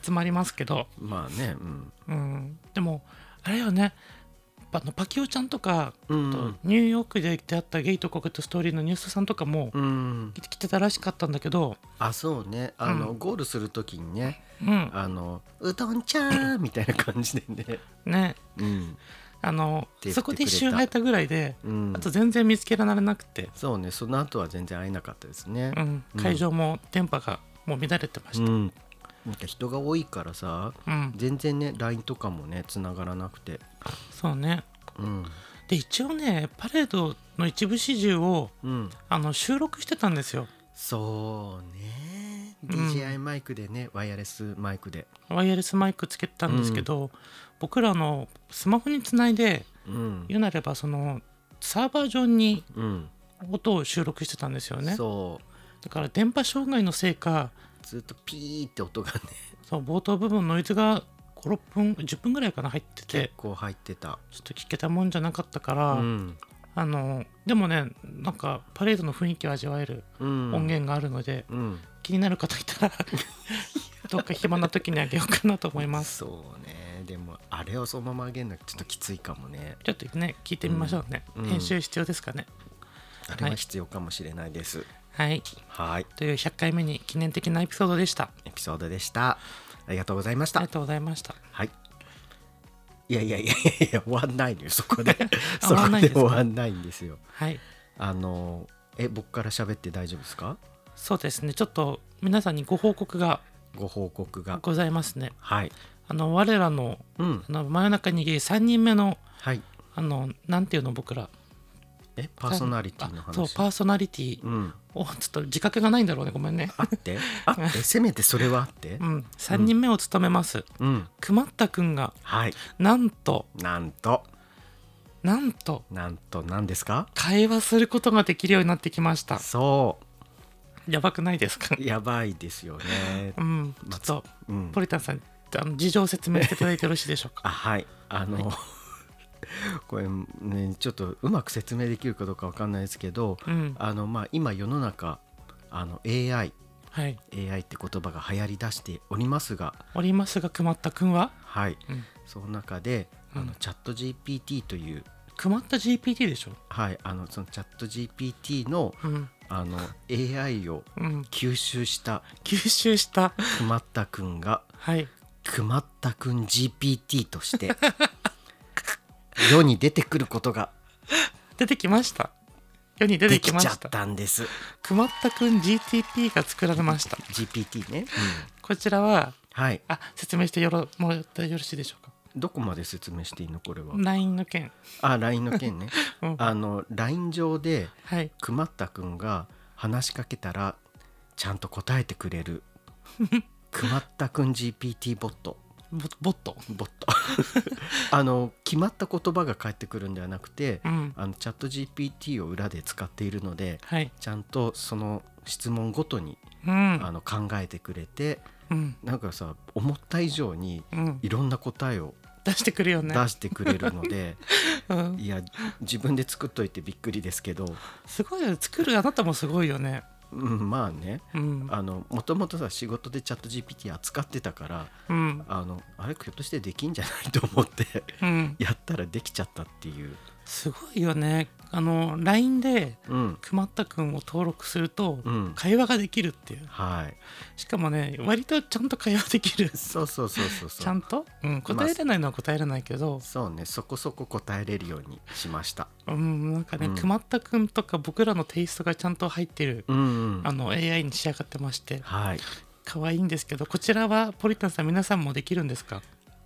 Speaker 1: 集まりますけど、
Speaker 2: まあねうん
Speaker 1: うん、でもあれよねあのパキオちゃんとか、
Speaker 2: うん
Speaker 1: とニューヨークで出会ったゲイとコケットストーリーのニュースさんとかも
Speaker 2: うん
Speaker 1: 来てたらしかったんだけど、
Speaker 2: あそうねあの、ゴールするときにね
Speaker 1: うん
Speaker 2: あのうどんちゃんみたいな感じで ね
Speaker 1: ね、
Speaker 2: うん、
Speaker 1: あの
Speaker 2: 出てくれた
Speaker 1: そこで一周会えたぐらいで、
Speaker 2: うん
Speaker 1: あと全然見つけられなくて、
Speaker 2: そうねその後は全然会えなかったですね
Speaker 1: うん、
Speaker 2: うん
Speaker 1: 会場も電波がもう乱れてました。
Speaker 2: ん、なんか人が多いからさ
Speaker 1: うん、
Speaker 2: 全然ね LINE とかもね繋がらなくて
Speaker 1: そうね
Speaker 2: うん
Speaker 1: で一応ねパレードの一部始終を
Speaker 2: うん
Speaker 1: あの収録してたんですよ
Speaker 2: そうね
Speaker 1: うん
Speaker 2: DJI マイクでね、ワイヤレスマイクで
Speaker 1: ワイヤレスマイクつけてたんですけど、僕らのスマホにつないで
Speaker 2: うん、
Speaker 1: 言うなればそのサーバー上に
Speaker 2: うん
Speaker 1: 音を収録してたんですよね
Speaker 2: そう
Speaker 1: だから電波障害のせいか
Speaker 2: ずっとピーって音 がね
Speaker 1: そう冒頭部分のノイズが56分10分ぐらいかな入って
Speaker 2: 結
Speaker 1: て
Speaker 2: 構入ってた
Speaker 1: ちょっと聞けたもんじゃなかったから、
Speaker 2: うん、
Speaker 1: あのでもねなんかパレードの雰囲気を味わえる
Speaker 2: うん、
Speaker 1: 音源があるので、
Speaker 2: うん
Speaker 1: 気になる方い たらどっか暇な時にあげようかなと思います
Speaker 2: そうねでもあれをそのまま上げるのはちょっときついかもね
Speaker 1: ちょっとね聞いてみましょうね、
Speaker 2: うん
Speaker 1: 編集必要ですかね
Speaker 2: それは必要かもしれないです。
Speaker 1: はい
Speaker 2: はい、
Speaker 1: という100回目に記念的なエピソードでした
Speaker 2: エピソードでした。ありがとうございまし
Speaker 1: ありが。
Speaker 2: た
Speaker 1: とうございました
Speaker 2: はい。いやいやいやいやいや終わんないのよそこで
Speaker 1: あ終
Speaker 2: そこ
Speaker 1: わんないんで
Speaker 2: です終
Speaker 1: か
Speaker 2: わんないんですよ。
Speaker 1: はい
Speaker 2: あのえ僕から喋って大丈夫ですか？
Speaker 1: そうですねちょっと皆さんにご報告が
Speaker 2: ご報告が
Speaker 1: ございますね
Speaker 2: はい。
Speaker 1: あの我らの
Speaker 2: うん
Speaker 1: あの真夜中にゲイ3人目の
Speaker 2: はい。
Speaker 1: あのなんていうの僕ら
Speaker 2: えパーソナリティの
Speaker 1: あ
Speaker 2: 話。
Speaker 1: そうパーソナリティ
Speaker 2: うん。
Speaker 1: をちょっと自覚がないんだろうねごめんね
Speaker 2: あってあってせめてそれはあって
Speaker 1: う。ん3人目を務めます
Speaker 2: うん。
Speaker 1: くまったくんが
Speaker 2: はい。
Speaker 1: なんと
Speaker 2: なんと
Speaker 1: なんと
Speaker 2: なんとなんですか？
Speaker 1: 会話することができるようになってきました
Speaker 2: そ
Speaker 1: やばくないですか
Speaker 2: うやばいですよね
Speaker 1: う。んちょっと
Speaker 2: うん。
Speaker 1: ポリタンさんあの事情を説明していただいてよろしいでしょう か
Speaker 2: あはいあの、 これねちょっとうまく説明できるかどうかわかんないですけど、
Speaker 1: うん
Speaker 2: あのまあ今世の中あの AI
Speaker 1: はい
Speaker 2: AI って言葉が流行りだしておりますが
Speaker 1: おりますがくまったくんは
Speaker 2: はい、
Speaker 1: うん
Speaker 2: その中であの、
Speaker 1: うん
Speaker 2: チャット GPT という
Speaker 1: くまった GPT でしょ
Speaker 2: はいあのそのチャット GPT の
Speaker 1: うん
Speaker 2: あの AI を
Speaker 1: うん
Speaker 2: 吸収した
Speaker 1: 吸収した
Speaker 2: くまったくんが
Speaker 1: はい
Speaker 2: くまったくん GPT として 世に出てくることが
Speaker 1: 出てきました世に出
Speaker 2: で
Speaker 1: て
Speaker 2: き
Speaker 1: きま
Speaker 2: ちゃっ
Speaker 1: した
Speaker 2: たんです。
Speaker 1: くまったくん GTP が作られました
Speaker 2: GPT ね、
Speaker 1: こちらは
Speaker 2: はい
Speaker 1: あ説明してよろもらってよろしいでしょうか
Speaker 2: どこまで説明していいのこれは
Speaker 1: LINE の件
Speaker 2: あ LINE の件ね
Speaker 1: うん
Speaker 2: あの LINE 上で
Speaker 1: はい
Speaker 2: くまったくんが話しかけたらちゃんと答えてく れるくまったくん GPT ボット
Speaker 1: ボボット
Speaker 2: ボット あの決まった言葉が返ってくるんではなくて
Speaker 1: うん
Speaker 2: あのチャット GPT を裏で使っているので
Speaker 1: はい
Speaker 2: ちゃんとその質問ごとに
Speaker 1: う
Speaker 2: あ
Speaker 1: ん
Speaker 2: の考えてくれて
Speaker 1: うん
Speaker 2: なんかさ思った以上に
Speaker 1: うん
Speaker 2: いろんな答えを
Speaker 1: 出してくるよね
Speaker 2: 出してくれるの で、
Speaker 1: うん
Speaker 2: いや自分で作っといてびっくりですけど、
Speaker 1: すごいよね作るあなたもすごいよね
Speaker 2: うん、まあね
Speaker 1: うん
Speaker 2: あのもともとさ仕事でチャット GPT 扱ってたから
Speaker 1: うん
Speaker 2: あのあれひょっとしてできんじゃないと思って
Speaker 1: うん
Speaker 2: やったらできちゃったっていう、
Speaker 1: すごいよねあの LINE で
Speaker 2: うん
Speaker 1: くまったくんを登録すると
Speaker 2: うん
Speaker 1: 会話ができるっていう
Speaker 2: はい、
Speaker 1: しかもね割とちゃんと会話できる
Speaker 2: そうそうそうそう
Speaker 1: ち
Speaker 2: そ
Speaker 1: ゃ
Speaker 2: うん
Speaker 1: と、うん、答えれないのは答えれないけど、
Speaker 2: そうねそこそこ答えれるようにしました。
Speaker 1: うん、なんかね、
Speaker 2: うん
Speaker 1: くまったくんとか僕らのテイストがちゃんと入ってる、
Speaker 2: うんうん
Speaker 1: あの AI に仕上がってまして
Speaker 2: はい
Speaker 1: 可愛いんですけどこちらはポリタンさん皆さんもできるんですか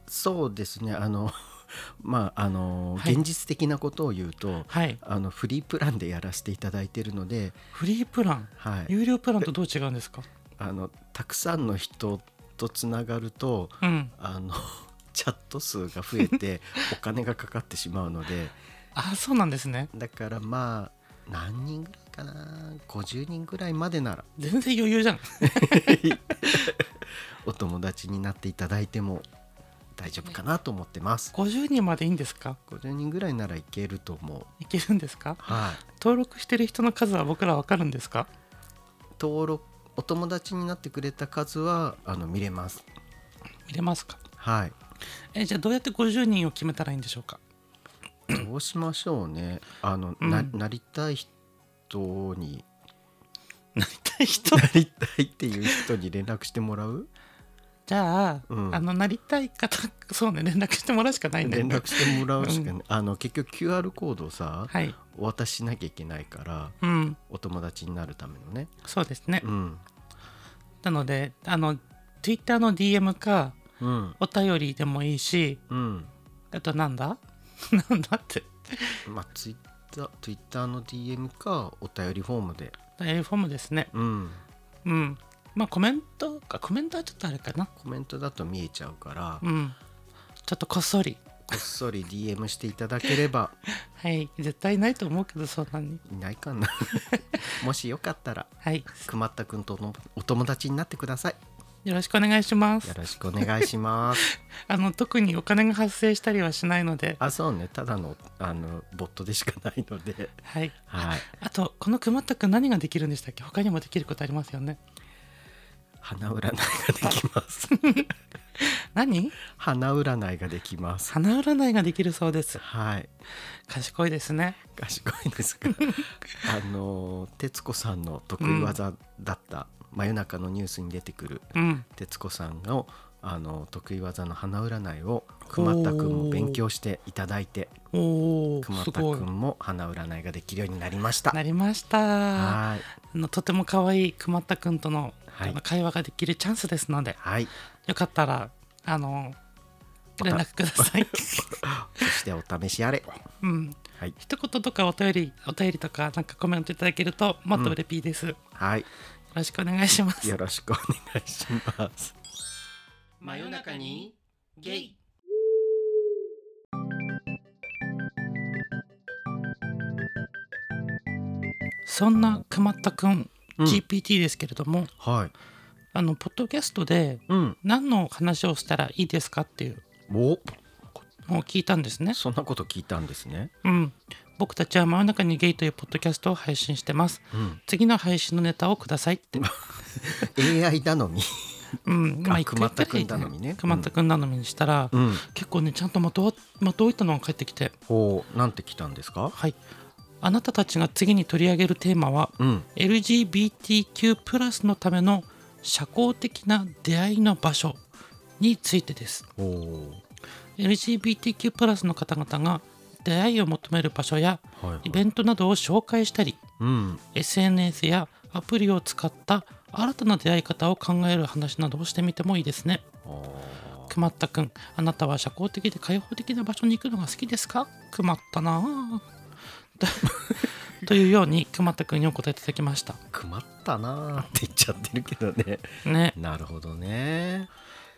Speaker 2: そうですねあの まああの、
Speaker 1: はい
Speaker 2: 現実的なことを言うと
Speaker 1: はい
Speaker 2: あのフリープランでやらせていただいてるので、
Speaker 1: フリープラン
Speaker 2: はい、
Speaker 1: 有料プランとどう違うんですか
Speaker 2: あのたくさんの人とつながると
Speaker 1: うん
Speaker 2: あの チャット数が増えてお金がかかってしまうので
Speaker 1: あそうなんですね
Speaker 2: だからまあ何人ぐらいかな50人ぐらいまでなら
Speaker 1: 全然余裕じゃん
Speaker 2: お友達になっていただいても大丈夫かなと思ってます
Speaker 1: 50人までいいんですか
Speaker 2: 50人ぐらいならいけると思う
Speaker 1: いけるんですか
Speaker 2: はい
Speaker 1: 登録してる人の数は僕らわかるんですか
Speaker 2: 登録お友達になってくれた数はあの見れます
Speaker 1: 見れますか
Speaker 2: はい
Speaker 1: えじゃあどうやって50人を決めたらいいんでしょうか
Speaker 2: どうしましょうねあの、
Speaker 1: うん
Speaker 2: ななりたい人 に
Speaker 1: なりたい 人
Speaker 2: なりたいっていう人に連絡してもらう
Speaker 1: じゃあ,、
Speaker 2: うん
Speaker 1: あのなりたい方そうね連絡してもらうしかないんだよ
Speaker 2: 連
Speaker 1: ね
Speaker 2: 絡してもらうしかない、あの結局 QR コードをさ、
Speaker 1: はい
Speaker 2: お渡ししなきゃいけないから
Speaker 1: うん
Speaker 2: お友達になるためのね
Speaker 1: そうですね、
Speaker 2: うん
Speaker 1: なのであの Twitter の DM か
Speaker 2: うん
Speaker 1: お便りでもいいし
Speaker 2: うん
Speaker 1: あとなんだ なんだって
Speaker 2: まあツイッターツイッターの DM かお便りフォームで
Speaker 1: えーフォームですね
Speaker 2: うん
Speaker 1: うんまあコメントかコメントはちょっとあれかな
Speaker 2: コメントだと見えちゃうから、こ
Speaker 1: うんちょっとこっそり
Speaker 2: っそり DM していただければ
Speaker 1: はい絶対ないと思うけどそんなに
Speaker 2: いないかなもしよかったら
Speaker 1: はい
Speaker 2: くまったくんとのお友達になってください
Speaker 1: よろしくお願いしま
Speaker 2: よ
Speaker 1: す
Speaker 2: ろしくお願いします
Speaker 1: あの特にお金が発生したりはしないので
Speaker 2: あそうねただのあのボットでしかないので
Speaker 1: はい
Speaker 2: はい
Speaker 1: あとこのくまったくん何ができるんでしたっけ他にもできることありますよね
Speaker 2: 花占いができます
Speaker 1: あ何
Speaker 2: 花占いができます
Speaker 1: 花占いができるそうです
Speaker 2: はい
Speaker 1: 賢いですね
Speaker 2: 賢いです があの徹子さんの得意技だった、真夜中のニュースに出てくる
Speaker 1: うん
Speaker 2: 徹子さんのあの得意技の花占いを熊田くんも勉強していただいて
Speaker 1: おお
Speaker 2: 熊
Speaker 1: す
Speaker 2: 田く
Speaker 1: ごい
Speaker 2: んも花占いができるようになりました
Speaker 1: なりましたあ
Speaker 2: はい
Speaker 1: のとても可愛い熊田くんとの,、
Speaker 2: はい
Speaker 1: あの会話ができるチャンスですので
Speaker 2: はい
Speaker 1: よかったらあの連絡ください
Speaker 2: そしてお試しあれ
Speaker 1: うん
Speaker 2: はい
Speaker 1: 一言とかお便りお便りとかなんかコメントいただけるともっと嬉しいです、よ
Speaker 2: はい
Speaker 1: ろしくお願いします
Speaker 2: よろしくお願いします
Speaker 1: 真夜中にゲイそんな熊田くん、
Speaker 2: うん
Speaker 1: GPT ですけれども
Speaker 2: はい
Speaker 1: あのポッドキャストで
Speaker 2: うん
Speaker 1: 何の話をしたらいいですかっていう
Speaker 2: お
Speaker 1: のを聞いたんですね。
Speaker 2: そんなこと聞いたんです ね
Speaker 1: うん、僕たちは真夜中にゲイというポッドキャストを配信してます。
Speaker 2: うん
Speaker 1: 次の配信のネタをくださいって。
Speaker 2: AI 頼み
Speaker 1: うん、
Speaker 2: あ
Speaker 1: 一回
Speaker 2: 熊田くん頼みね
Speaker 1: 熊田くん頼みにしたら、
Speaker 2: うん
Speaker 1: 結構ねちゃんとまとわまといたのが返ってきて、
Speaker 2: おなんて来たんですか
Speaker 1: はい。あなたたちが次に取り上げるテーマは、
Speaker 2: うん
Speaker 1: LGBTQ+ プラスのための社交的な出会いの場所についてです。
Speaker 2: おお
Speaker 1: LGBTQ+ プラスの方々が出会いを求める場所や
Speaker 2: はいはい
Speaker 1: イベントなどを紹介したり
Speaker 2: うん
Speaker 1: SNS やアプリを使った新たな出会い方を考える話などをしてみてもいいですね。
Speaker 2: あー
Speaker 1: くまったくん、あなたは社交的で開放的な場所に行くのが好きですかくまったなあ とというようにくまったくんにお答えいただきました。
Speaker 2: 困ったなーって言っちゃってるけどね
Speaker 1: ね、
Speaker 2: なるほどね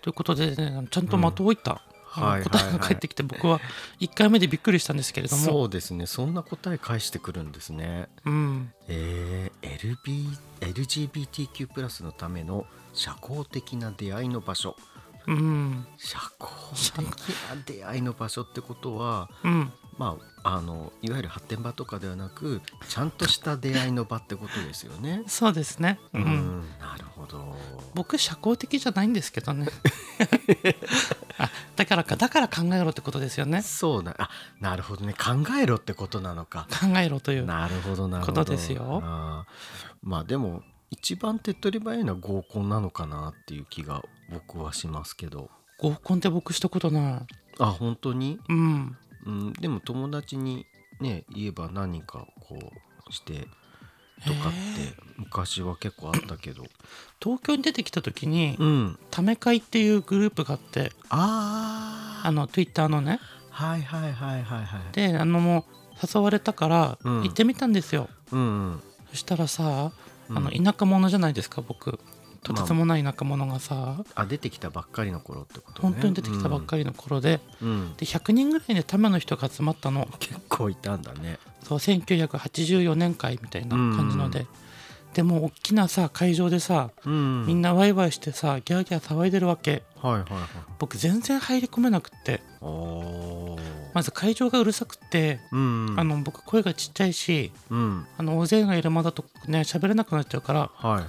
Speaker 1: ということで、ね、ちゃんと的を置いた、
Speaker 2: うん
Speaker 1: あの
Speaker 2: はい
Speaker 1: 答えが返ってきて、僕は1回目でびっくりしたんですけれども、
Speaker 2: そうですねそんな答え返してくるんですね
Speaker 1: うん、
Speaker 2: えー、LB LGBTQ+ プラスのための社交的な出会いの場所
Speaker 1: うん、
Speaker 2: 社交的な出会いの場所ってことは
Speaker 1: うん、。
Speaker 2: まああのいわゆる発展場とかではなくちゃんとした出会いの場ってことですよね
Speaker 1: そうですね。
Speaker 2: う、
Speaker 1: うんん
Speaker 2: なるほど。
Speaker 1: 僕社交的じゃないんですけど ねあだからかだから考えろってことですよね
Speaker 2: そうなあなるほどね考えろってことなの か。
Speaker 1: 考えろという
Speaker 2: なるほどなるほど。
Speaker 1: ことですよ
Speaker 2: あーまあでも一番手っ取り早いのは合コンなのかなっていう気が僕はしますけど。
Speaker 1: 合コンって僕したことない
Speaker 2: あ本当に、
Speaker 1: うん
Speaker 2: うん、でも友達にね言えば何かこうしてとかって昔は結構あったけど。
Speaker 1: 東京に出てきた時に
Speaker 2: うん。
Speaker 1: 「ため会」っていうグループがあって
Speaker 2: ああ
Speaker 1: あの Twitter のね
Speaker 2: はいはいはいはいはい。
Speaker 1: であのもう誘われたから
Speaker 2: うん
Speaker 1: 行ってみたんですよ、
Speaker 2: うんうん、
Speaker 1: そしたらさあ
Speaker 2: うん
Speaker 1: の田舎者じゃないですか僕とてつもない田舎者がさ、
Speaker 2: あ出てきたばっかりの頃ってことね。
Speaker 1: 本当に出てきたばっかりの頃で,、
Speaker 2: り。うん。
Speaker 1: で100人ぐらいでための人が集まったの
Speaker 2: 結構いたんだね。
Speaker 1: そう1984年会みたいな感じので、でもう大きなさ会場でさ
Speaker 2: うん
Speaker 1: みんなワイワイしてさギャーギャー騒いでるわけ
Speaker 2: はいはいはい。
Speaker 1: 僕全然入り込めなくって
Speaker 2: おお。
Speaker 1: まず会場がうるさくって、
Speaker 2: うん。
Speaker 1: あ。の僕声がちっちゃいし
Speaker 2: うん。
Speaker 1: あの大勢がいる間だとね喋れなくなっちゃうから
Speaker 2: はいはいはい。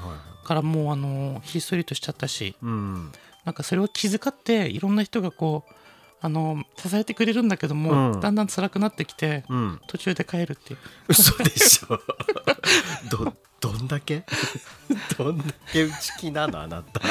Speaker 1: からもうあのひっそりとしちゃったし
Speaker 2: うん。
Speaker 1: なんかそれを気遣っていろんな人がこうあの支えてくれるんだけども、
Speaker 2: うん
Speaker 1: だんだん辛くなってきて
Speaker 2: うん。
Speaker 1: 途中で帰るっていう
Speaker 2: 嘘でしょ。 どどんだけ どんだけ内気なのあなた。
Speaker 1: う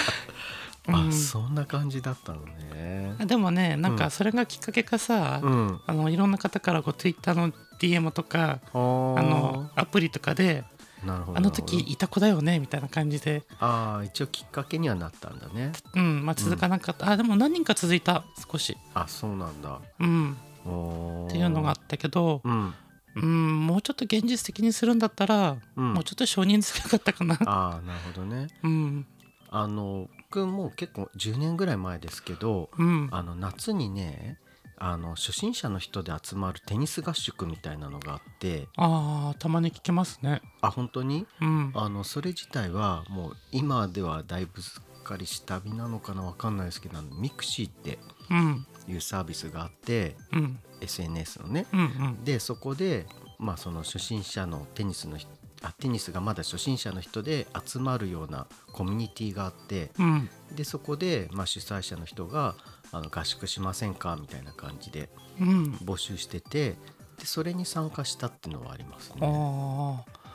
Speaker 2: あ
Speaker 1: ん
Speaker 2: そんな感じだったのね。
Speaker 1: あでもねなんかそれがきっかけかさ、
Speaker 2: うん。
Speaker 1: あのいろんな方からこう Twitter の DM とか
Speaker 2: あ
Speaker 1: あの
Speaker 2: の
Speaker 1: アプリとかで
Speaker 2: なるほど
Speaker 1: あの時いた子だよねみたいな感じで、
Speaker 2: ああ一応きっかけにはなったんだね
Speaker 1: うんまあ、続かなかった、あでも何人か続いた少し、
Speaker 2: あそうなんだ
Speaker 1: うん、
Speaker 2: おー
Speaker 1: っていうのがあったけど、
Speaker 2: うん、
Speaker 1: うん、もうちょっと現実的にするんだったら、
Speaker 2: うん、
Speaker 1: もうちょっと少人数が良かったかな、
Speaker 2: ああなるほどね
Speaker 1: うん
Speaker 2: あの僕も結構10年ぐらい前ですけど
Speaker 1: うん、
Speaker 2: あの夏にねあの初心者の人で集まるテニス合宿みたいなのがあって
Speaker 1: あーたまに聞きますね、
Speaker 2: あ本当に
Speaker 1: うん、
Speaker 2: あのそれ自体はもう今ではだいぶすっかり下火なのかなわかんないですけどあのミクシーって
Speaker 1: うん
Speaker 2: いうサービスがあって
Speaker 1: うんうん
Speaker 2: SNS のね
Speaker 1: うん
Speaker 2: でそこで、まあ、その初心者のテニスの人あテニスがまだ初心者の人で集まるようなコミュニティがあって
Speaker 1: うん
Speaker 2: でそこで、まあ、主催者の人があの合宿しませんかみたいな感じで
Speaker 1: うん
Speaker 2: 募集しててでそれに参加したっていうのはありますね。
Speaker 1: ああ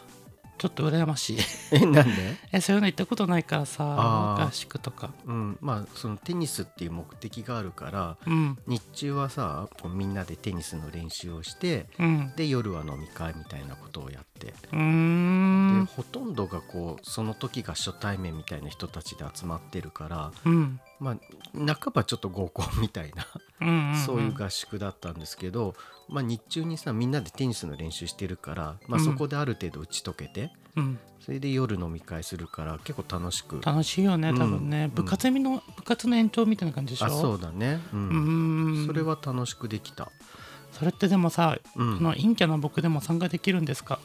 Speaker 1: ちょっと羨ましい
Speaker 2: えなんで
Speaker 1: えそういうの行ったことないからさ
Speaker 2: あー
Speaker 1: 合宿とか
Speaker 2: うんまあ、そのテニスっていう目的があるから
Speaker 1: うん
Speaker 2: 日中はさこうみんなでテニスの練習をして
Speaker 1: うん
Speaker 2: で夜は飲み会みたいなことをやって
Speaker 1: うーん
Speaker 2: でほとんどがこうその時が初対面みたいな人たちで集まってるから、
Speaker 1: うん
Speaker 2: まあ、半ばちょっと合コンみたいな、
Speaker 1: うんうんん
Speaker 2: そういう合宿だったんですけど、まあ、日中にさみんなでテニスの練習してるから、まあ、
Speaker 1: うん
Speaker 2: そこである程度打ち解けて、
Speaker 1: うん
Speaker 2: それで夜飲み会するから結構楽しく
Speaker 1: 楽しいよね多分ね、
Speaker 2: うん
Speaker 1: 部活みの部活の延長みたいな感じでしょ
Speaker 2: あそうだね、う
Speaker 1: うんん
Speaker 2: それは楽しくできた、
Speaker 1: それってでもさ、
Speaker 2: う
Speaker 1: そ
Speaker 2: ん
Speaker 1: の陰キャな僕でも参加できるんですか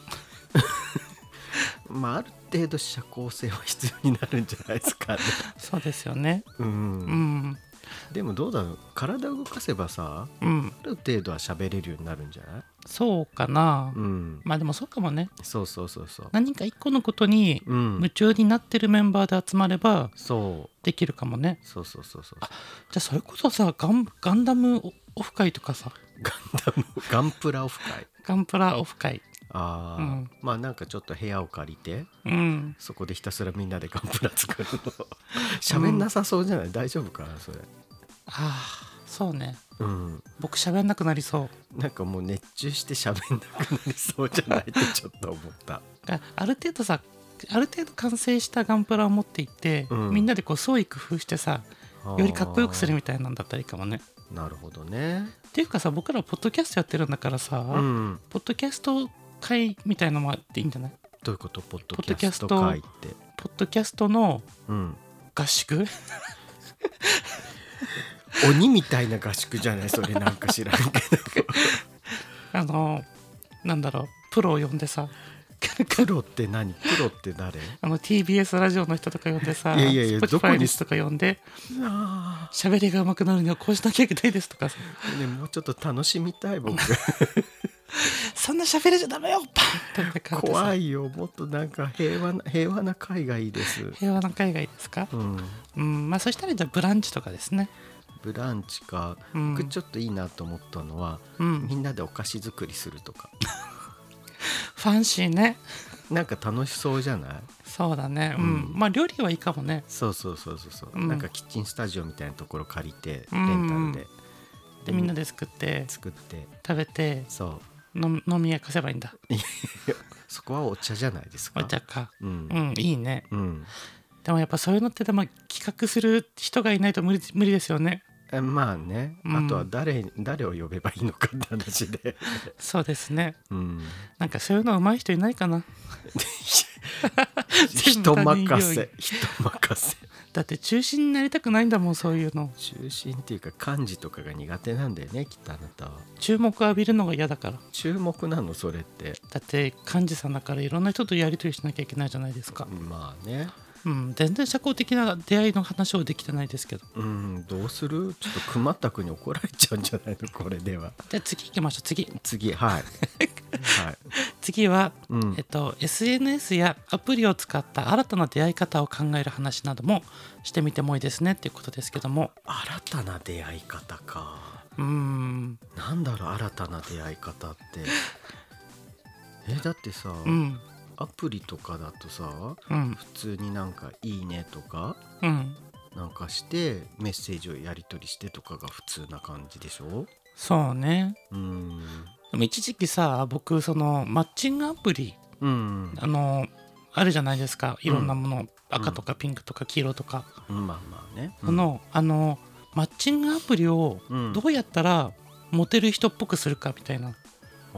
Speaker 2: まあ、ある程度社交性は必要になるんじゃないですかね、
Speaker 1: そうですよね
Speaker 2: うん
Speaker 1: うん
Speaker 2: でもどうだろう体動かせばさ
Speaker 1: うん
Speaker 2: ある程度は喋れるようになるんじゃない
Speaker 1: そうかな、
Speaker 2: うん
Speaker 1: まあでもそうかもね
Speaker 2: そうそうそうそう。
Speaker 1: 何か一個のことに
Speaker 2: うん
Speaker 1: 夢中になってるメンバーで集まれば
Speaker 2: そう
Speaker 1: できるかもね
Speaker 2: そうそうそうそう。
Speaker 1: じゃあそれこそさガンガンダムオフ会とかさ
Speaker 2: ガンダムガンプラオフ会。
Speaker 1: ガンプラオフ会
Speaker 2: あ
Speaker 1: う
Speaker 2: あ、
Speaker 1: ん
Speaker 2: まあなんかちょっと部屋を借りて
Speaker 1: うん
Speaker 2: そこでひたすらみんなでガンプラ作るの。喋んなさそうじゃない、大丈夫かなそれ。
Speaker 1: ああそうね
Speaker 2: うん。
Speaker 1: 僕喋んなくなりそう
Speaker 2: なんかもう熱中して喋んなくなりそうじゃないってちょっと思った。
Speaker 1: あある程度さある程度完成したガンプラを持っていって、
Speaker 2: うん
Speaker 1: みんなでこう創意工夫してさ よりかっこよくするみたいなんだったらいいかもね。
Speaker 2: なるほどね。
Speaker 1: っていうかさ僕らポッドキャストやってるんだからさ、
Speaker 2: うん。
Speaker 1: ポッドキャスト会みたいのもあっていいんじゃない
Speaker 2: どういうことポッド
Speaker 1: ポッド
Speaker 2: キ
Speaker 1: キ
Speaker 2: ャ
Speaker 1: ャ
Speaker 2: ス
Speaker 1: ス
Speaker 2: ト
Speaker 1: ト
Speaker 2: 会って。
Speaker 1: ポッドキャストの
Speaker 2: うん。
Speaker 1: 合宿
Speaker 2: 鬼みたいな合宿じゃないそれなんか知らんけど。
Speaker 1: あのなんだろうプロを呼んでさ
Speaker 2: プロって何プロって誰
Speaker 1: あの TBS ラジオの人とか呼んでさ
Speaker 2: いやいやいやどこ
Speaker 1: Spotify
Speaker 2: に
Speaker 1: の人とか呼んで
Speaker 2: あ
Speaker 1: 喋りが上手くなるにはこうしなきゃいけないですとかさ
Speaker 2: あ、ね、もうちょっと楽しみたい 僕
Speaker 1: そんな喋りじゃダメよパンって感じでさ
Speaker 2: 怖いよもっとなんか平和な平和な海がいいです、
Speaker 1: 平和な海外ですか
Speaker 2: うん、
Speaker 1: うんまあそしたらじゃあブランチとかですね。
Speaker 2: ブランチか、
Speaker 1: うん
Speaker 2: 僕ちょっといいなと思ったのは、
Speaker 1: うん
Speaker 2: みんなでお菓子作りするとか
Speaker 1: ファンシーね。
Speaker 2: なんか楽しそうじゃない
Speaker 1: そうだね。うん。
Speaker 2: うん
Speaker 1: まあ料理はいいかもね。
Speaker 2: そうそうそうそうそう、
Speaker 1: うん
Speaker 2: なんかキッチンスタジオみたいなところ借りてレ
Speaker 1: うん
Speaker 2: ンタルで、
Speaker 1: でみんなで作って
Speaker 2: 作って
Speaker 1: 食べて
Speaker 2: そう
Speaker 1: 飲飲み屋貸せばいいんだ。
Speaker 2: そこはお茶じゃないですか
Speaker 1: お茶か。
Speaker 2: うん
Speaker 1: うんいいね。
Speaker 2: うん
Speaker 1: でもやっぱそういうのってでも企画する人がいないと無理無理ですよね。
Speaker 2: えまあね、
Speaker 1: うん
Speaker 2: あとは誰誰を呼べばいいのかって話で、
Speaker 1: そうですね。
Speaker 2: うん、
Speaker 1: なんかそういうの上手い人いないかな。 全部 他人行
Speaker 2: 人
Speaker 1: 儀
Speaker 2: 任せ人任せ
Speaker 1: だって中心になりたくないんだもんそういうの。
Speaker 2: 中心っていうか漢字とかが苦手なんだよねきっとあなたは
Speaker 1: 注目浴びるのが嫌だから。
Speaker 2: 注目なのそれって
Speaker 1: だって幹事さんだからいろんな人とやり取りしなきゃいけないじゃないですか。
Speaker 2: まあね
Speaker 1: うん、全然社交的な出会いの話をできてないですけど
Speaker 2: うんどうするちょっと熊田君に怒られちゃうんじゃないのこれでは
Speaker 1: じゃあ次行きましょう次
Speaker 2: 次はいはい、
Speaker 1: 次は、
Speaker 2: うん
Speaker 1: えっと、SNS やアプリを使った新たな出会い方を考える話などもしてみてもいいですねっていうことですけども
Speaker 2: 新たな出会い方か
Speaker 1: うーん
Speaker 2: なんだろう新たな出会い方ってえだってさ、
Speaker 1: うん
Speaker 2: アプリとかだとさ
Speaker 1: うん
Speaker 2: 普通になんか「いいね」とか
Speaker 1: うん
Speaker 2: なんかしてメッセージをやり取りしてとかが普通な感じでしょ
Speaker 1: そうね
Speaker 2: うーん
Speaker 1: でも一時期さ僕そのマッチングアプリ
Speaker 2: うん
Speaker 1: あのあるじゃないですかいろんなもの、赤とかピンクとか黄色とか、
Speaker 2: まあまあね
Speaker 1: そのあのマッチングアプリを
Speaker 2: うん
Speaker 1: どうやったらモテる人っぽくするかみたいな
Speaker 2: うん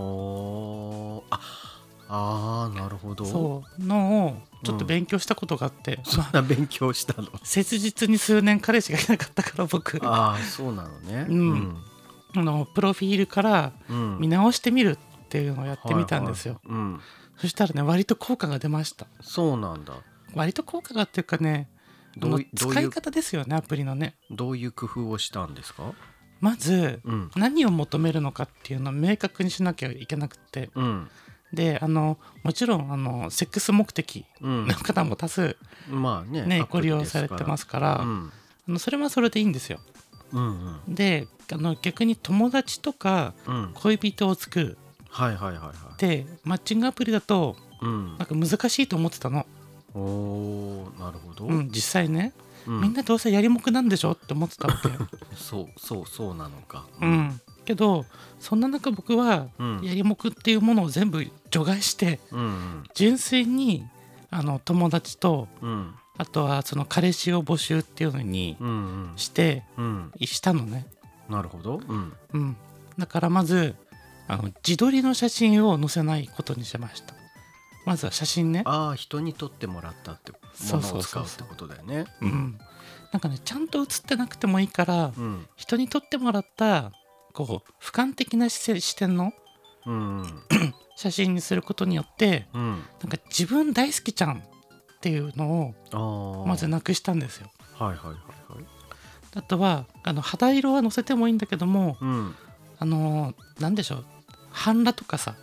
Speaker 2: おーああーなるほど
Speaker 1: そうのをちょっと勉強したことがあって、
Speaker 2: そんな勉強し たの
Speaker 1: 切実に数年彼氏がいなかったから僕あ
Speaker 2: ああそうなのね
Speaker 1: うんのプロフィールから
Speaker 2: うん
Speaker 1: 見直してみるっていうのをやってみたんですよ、
Speaker 2: はいはいうん
Speaker 1: そしたらね割と効果が出ました
Speaker 2: そうなんだ
Speaker 1: 割と効果がっていうかねあ
Speaker 2: ど
Speaker 1: の
Speaker 2: ういどう
Speaker 1: 使
Speaker 2: い
Speaker 1: いう方ですよねアプリのね
Speaker 2: どういう工夫をしたんですか
Speaker 1: まず
Speaker 2: うん
Speaker 1: 何を求めるのかっていうのを明確にしなきゃいけなくて
Speaker 2: うん
Speaker 1: であのもちろんあのセックス目的
Speaker 2: うん
Speaker 1: の方も多数、
Speaker 2: まあね
Speaker 1: ね
Speaker 2: ア
Speaker 1: ご
Speaker 2: プ
Speaker 1: 利
Speaker 2: リ
Speaker 1: 用
Speaker 2: です
Speaker 1: さ
Speaker 2: から
Speaker 1: れてますから、
Speaker 2: うん
Speaker 1: あのそれはそれでいいんですよ。
Speaker 2: うんうん
Speaker 1: であの逆に友達とか
Speaker 2: うん
Speaker 1: 恋人を作る
Speaker 2: はいはいはいはい
Speaker 1: ってマッチングアプリだと
Speaker 2: うん
Speaker 1: なんか難しいと思ってたの、
Speaker 2: おおなるほど、
Speaker 1: うん、実際ね、
Speaker 2: うん
Speaker 1: みんなどうせやりもくなんでしょって思ってた わけ、
Speaker 2: そうそうそうなのか
Speaker 1: うん、けどそんな中僕は
Speaker 2: うん
Speaker 1: やりもくっていうものを全部除外して
Speaker 2: うん
Speaker 1: 純粋にあの友達と
Speaker 2: うん
Speaker 1: あとはその彼氏を募集っていうのに
Speaker 2: うんうん
Speaker 1: して
Speaker 2: うん
Speaker 1: したのね、
Speaker 2: なるほどうん
Speaker 1: うん、だからまずあの自撮りの写真を載せないことにしましたまずは写真ね
Speaker 2: ああ人に撮ってもらったっても
Speaker 1: そう
Speaker 2: の
Speaker 1: そ
Speaker 2: を
Speaker 1: う
Speaker 2: 使
Speaker 1: そうう
Speaker 2: ってことだよね
Speaker 1: うん、なんかねちゃんと写ってなくてもいいから
Speaker 2: うん
Speaker 1: 人に撮ってもらったこう俯瞰的な視線視点の
Speaker 2: うん
Speaker 1: 写真にすることによって
Speaker 2: うん
Speaker 1: なんか自分大好きちゃんっていうの
Speaker 2: あー
Speaker 1: をまずなくしたんですよ。
Speaker 2: はいはいはいはい
Speaker 1: あとはあの肌色は載せてもいいんだけども
Speaker 2: うん
Speaker 1: あのーなんでしょう半裸とかさ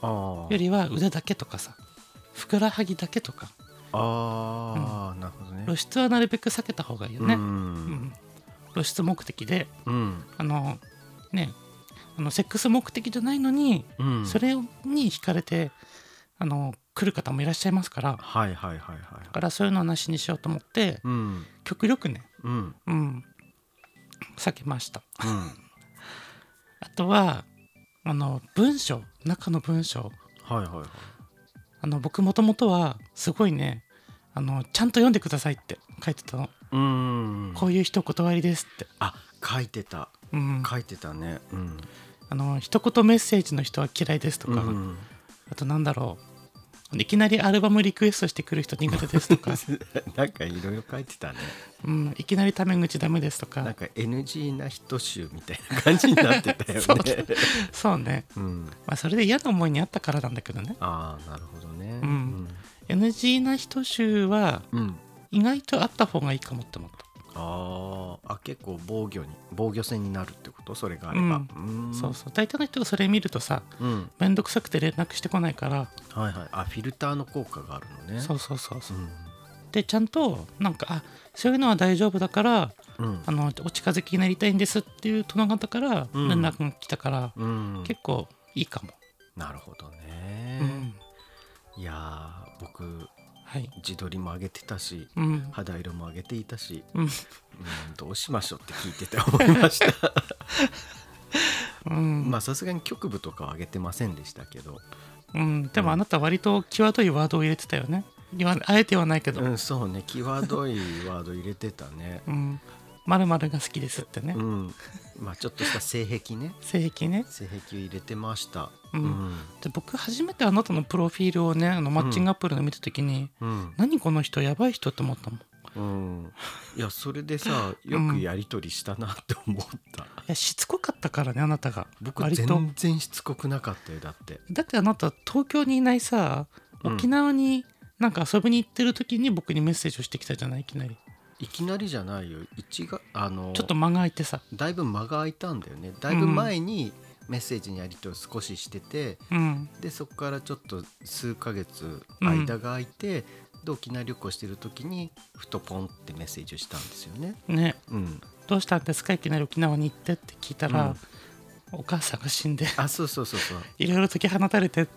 Speaker 2: あ
Speaker 1: よ
Speaker 2: ー
Speaker 1: りは腕だけとかさふくらはぎだけとか
Speaker 2: あーなるほどね
Speaker 1: 露出はなるべく避けた方がいいよね。
Speaker 2: う
Speaker 1: うんん露出目的で
Speaker 2: うん
Speaker 1: あのねあのセックス目的じゃないのに
Speaker 2: うん
Speaker 1: それに惹かれてあの来る方もいらっしゃいますからだ
Speaker 2: はいはいはいはいはい
Speaker 1: からそういうのはなしにしようと思って
Speaker 2: うん
Speaker 1: 極力ね
Speaker 2: うん
Speaker 1: うん避けました
Speaker 2: うん
Speaker 1: あとはあの文章中の文章
Speaker 2: はいはいはい
Speaker 1: あの僕もともとはすごいねあのちゃんと読んでくださいって書いてたの、
Speaker 2: うん
Speaker 1: こういう一言割りですって、
Speaker 2: あ書いてた
Speaker 1: うん、
Speaker 2: 書いてたねうん
Speaker 1: あの一言メッセージの人は嫌いですとか、
Speaker 2: うん
Speaker 1: あとなんだろういきなりアルバムリクエストしてくる人苦手ですと か、
Speaker 2: なんかいろいろ書いてたね
Speaker 1: うん、いきなりタメ口ダメですと
Speaker 2: なん
Speaker 1: か
Speaker 2: か NG な人集みたいな感じになってたよ
Speaker 1: そう
Speaker 2: ね。
Speaker 1: そうね、
Speaker 2: うん、
Speaker 1: まあ、それで嫌な思いにあったからなんだけどね
Speaker 2: ああなるほどね。
Speaker 1: うん NG な人集は
Speaker 2: うん、うん
Speaker 1: 意外とあった方がいいかもって思った
Speaker 2: あーあ結構防御に防御戦になるってことそれがあれば。うん
Speaker 1: そうそう大体の人がそれ見るとさ
Speaker 2: うん
Speaker 1: 面倒くさくて連絡してこないから、
Speaker 2: はいはいあフィルターの効果があるのね。
Speaker 1: そうそうそうそう、
Speaker 2: うん
Speaker 1: でちゃんとなんかあそういうのは大丈夫だから
Speaker 2: うん
Speaker 1: あのお近づきになりたいんですっていう殿方から
Speaker 2: うん
Speaker 1: 連絡が来たから、
Speaker 2: うん、
Speaker 1: 結構いいかも、
Speaker 2: なるほど
Speaker 1: う
Speaker 2: ね
Speaker 1: ん。
Speaker 2: いやー僕
Speaker 1: はい、
Speaker 2: 自撮りも上げてたし
Speaker 1: うん
Speaker 2: 肌色も上げていたし、
Speaker 1: うん
Speaker 2: うん、どうしましょうって聞いてて思いました。
Speaker 1: うん
Speaker 2: まあさすがに局部とかは上げてませんでしたけど、
Speaker 1: うん、でもあなた割と際どいワードを入れてたよね言わあえてはないけど
Speaker 2: うん、そうね際どいワード入れてたね
Speaker 1: 「うん、まるが好きです」ってね
Speaker 2: うんまあちょっとした性癖ね
Speaker 1: 性癖ね
Speaker 2: 性癖を入れてました
Speaker 1: う
Speaker 2: う
Speaker 1: んんで僕初めてあなたのプロフィールをねあのマッチングアプリの見た時に、
Speaker 2: うん、
Speaker 1: 何この人やばい人って思ったもんい
Speaker 2: うん、いやそれでさよくやり取りしたなって思った、
Speaker 1: やしつこかったからねあなたが
Speaker 2: 僕全然しつこくなかったよだって
Speaker 1: だってあなた東京にいないさ
Speaker 2: うん
Speaker 1: 沖縄になんか遊びに行ってる時に僕にメッセージをしてきたじゃないいきなり
Speaker 2: いきなりじゃないよ一があの
Speaker 1: ちょっと間が空いてさ
Speaker 2: だいぶ間が空いたんだよねだいぶ前にメッセージのやり取りを少ししてて、
Speaker 1: うん
Speaker 2: でそこからちょっと数ヶ月間が空いて、で沖縄旅行してる時にふとポンってメッセージをしたんですよね。
Speaker 1: ね
Speaker 2: うん、
Speaker 1: どうしたんですかいきなり沖縄に行ってって聞いたら、
Speaker 2: うん
Speaker 1: お母さんが死んで
Speaker 2: あそうそうそうそ
Speaker 1: いろいろ解き放たれて
Speaker 2: う、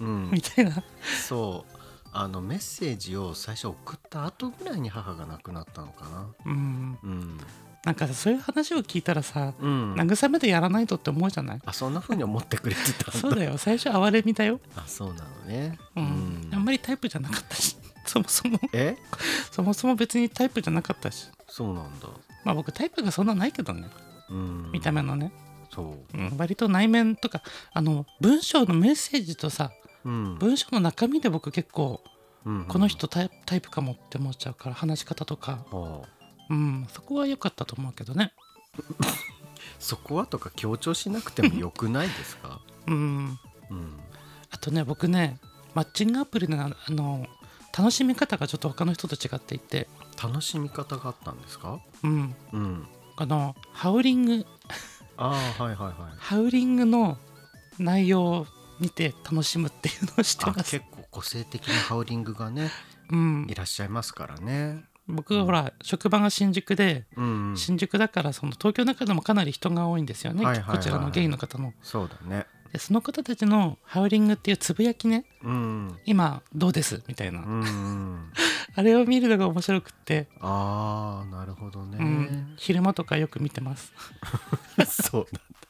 Speaker 2: うん
Speaker 1: み、たいな
Speaker 2: そうあのメッセージを最初送った後ぐらいに母が亡くなったのかな。
Speaker 1: うん
Speaker 2: うん
Speaker 1: なんかさそういう話を聞いたらさ
Speaker 2: うん、
Speaker 1: 慰めてやらないとって思うじゃない
Speaker 2: あそんな風に思ってくれてたんだ
Speaker 1: そうだ よ最初哀れみだよ、
Speaker 2: あそうなのね。
Speaker 1: うんあんまりタイプじゃなかったしそもそも
Speaker 2: え
Speaker 1: そもそも別にタイプじゃなかったし
Speaker 2: そうなんだ。
Speaker 1: まあ僕タイプがそんなないけどね
Speaker 2: うん、
Speaker 1: 見た目のね、
Speaker 2: そ
Speaker 1: うん割と内面とかあの文章のメッセージとさ
Speaker 2: う、うん
Speaker 1: 文章の中身で僕結構
Speaker 2: うん、
Speaker 1: この人タイタイプかもって思っちゃうから話し方とか、
Speaker 2: はあ
Speaker 1: うん、そこは良かったと思うけどね、
Speaker 2: そこはとか強調しなくてもよくないですか、
Speaker 1: うん、
Speaker 2: うん、
Speaker 1: あとね僕ねマッチングアプリのああの楽しみ方がちょっと他の人と違っていて、
Speaker 2: 楽しみ方があったんですか
Speaker 1: うん、
Speaker 2: うん
Speaker 1: このハウリング
Speaker 2: ああはいはいはい
Speaker 1: ハウリングの内容見て楽しむっていうのをして
Speaker 2: あ
Speaker 1: ます
Speaker 2: 結。構個性的なハウリングがね
Speaker 1: うん
Speaker 2: い、らっしゃいますからね。
Speaker 1: 僕はほら職場が新宿で、
Speaker 2: うん、うん、
Speaker 1: 新宿だからその東京の中でもかなり人が多いんですよね、
Speaker 2: はいはいはいはい
Speaker 1: こちらのゲイの方の。
Speaker 2: そうだね。
Speaker 1: でその方たちのハウリングっていうつぶやきね
Speaker 2: うん、
Speaker 1: 今どうですみたいな、
Speaker 2: うんうん、
Speaker 1: あれを見るのが面白くって、
Speaker 2: ああなるほどね。
Speaker 1: うん、昼間とかよく見てます。
Speaker 2: そうなんだ。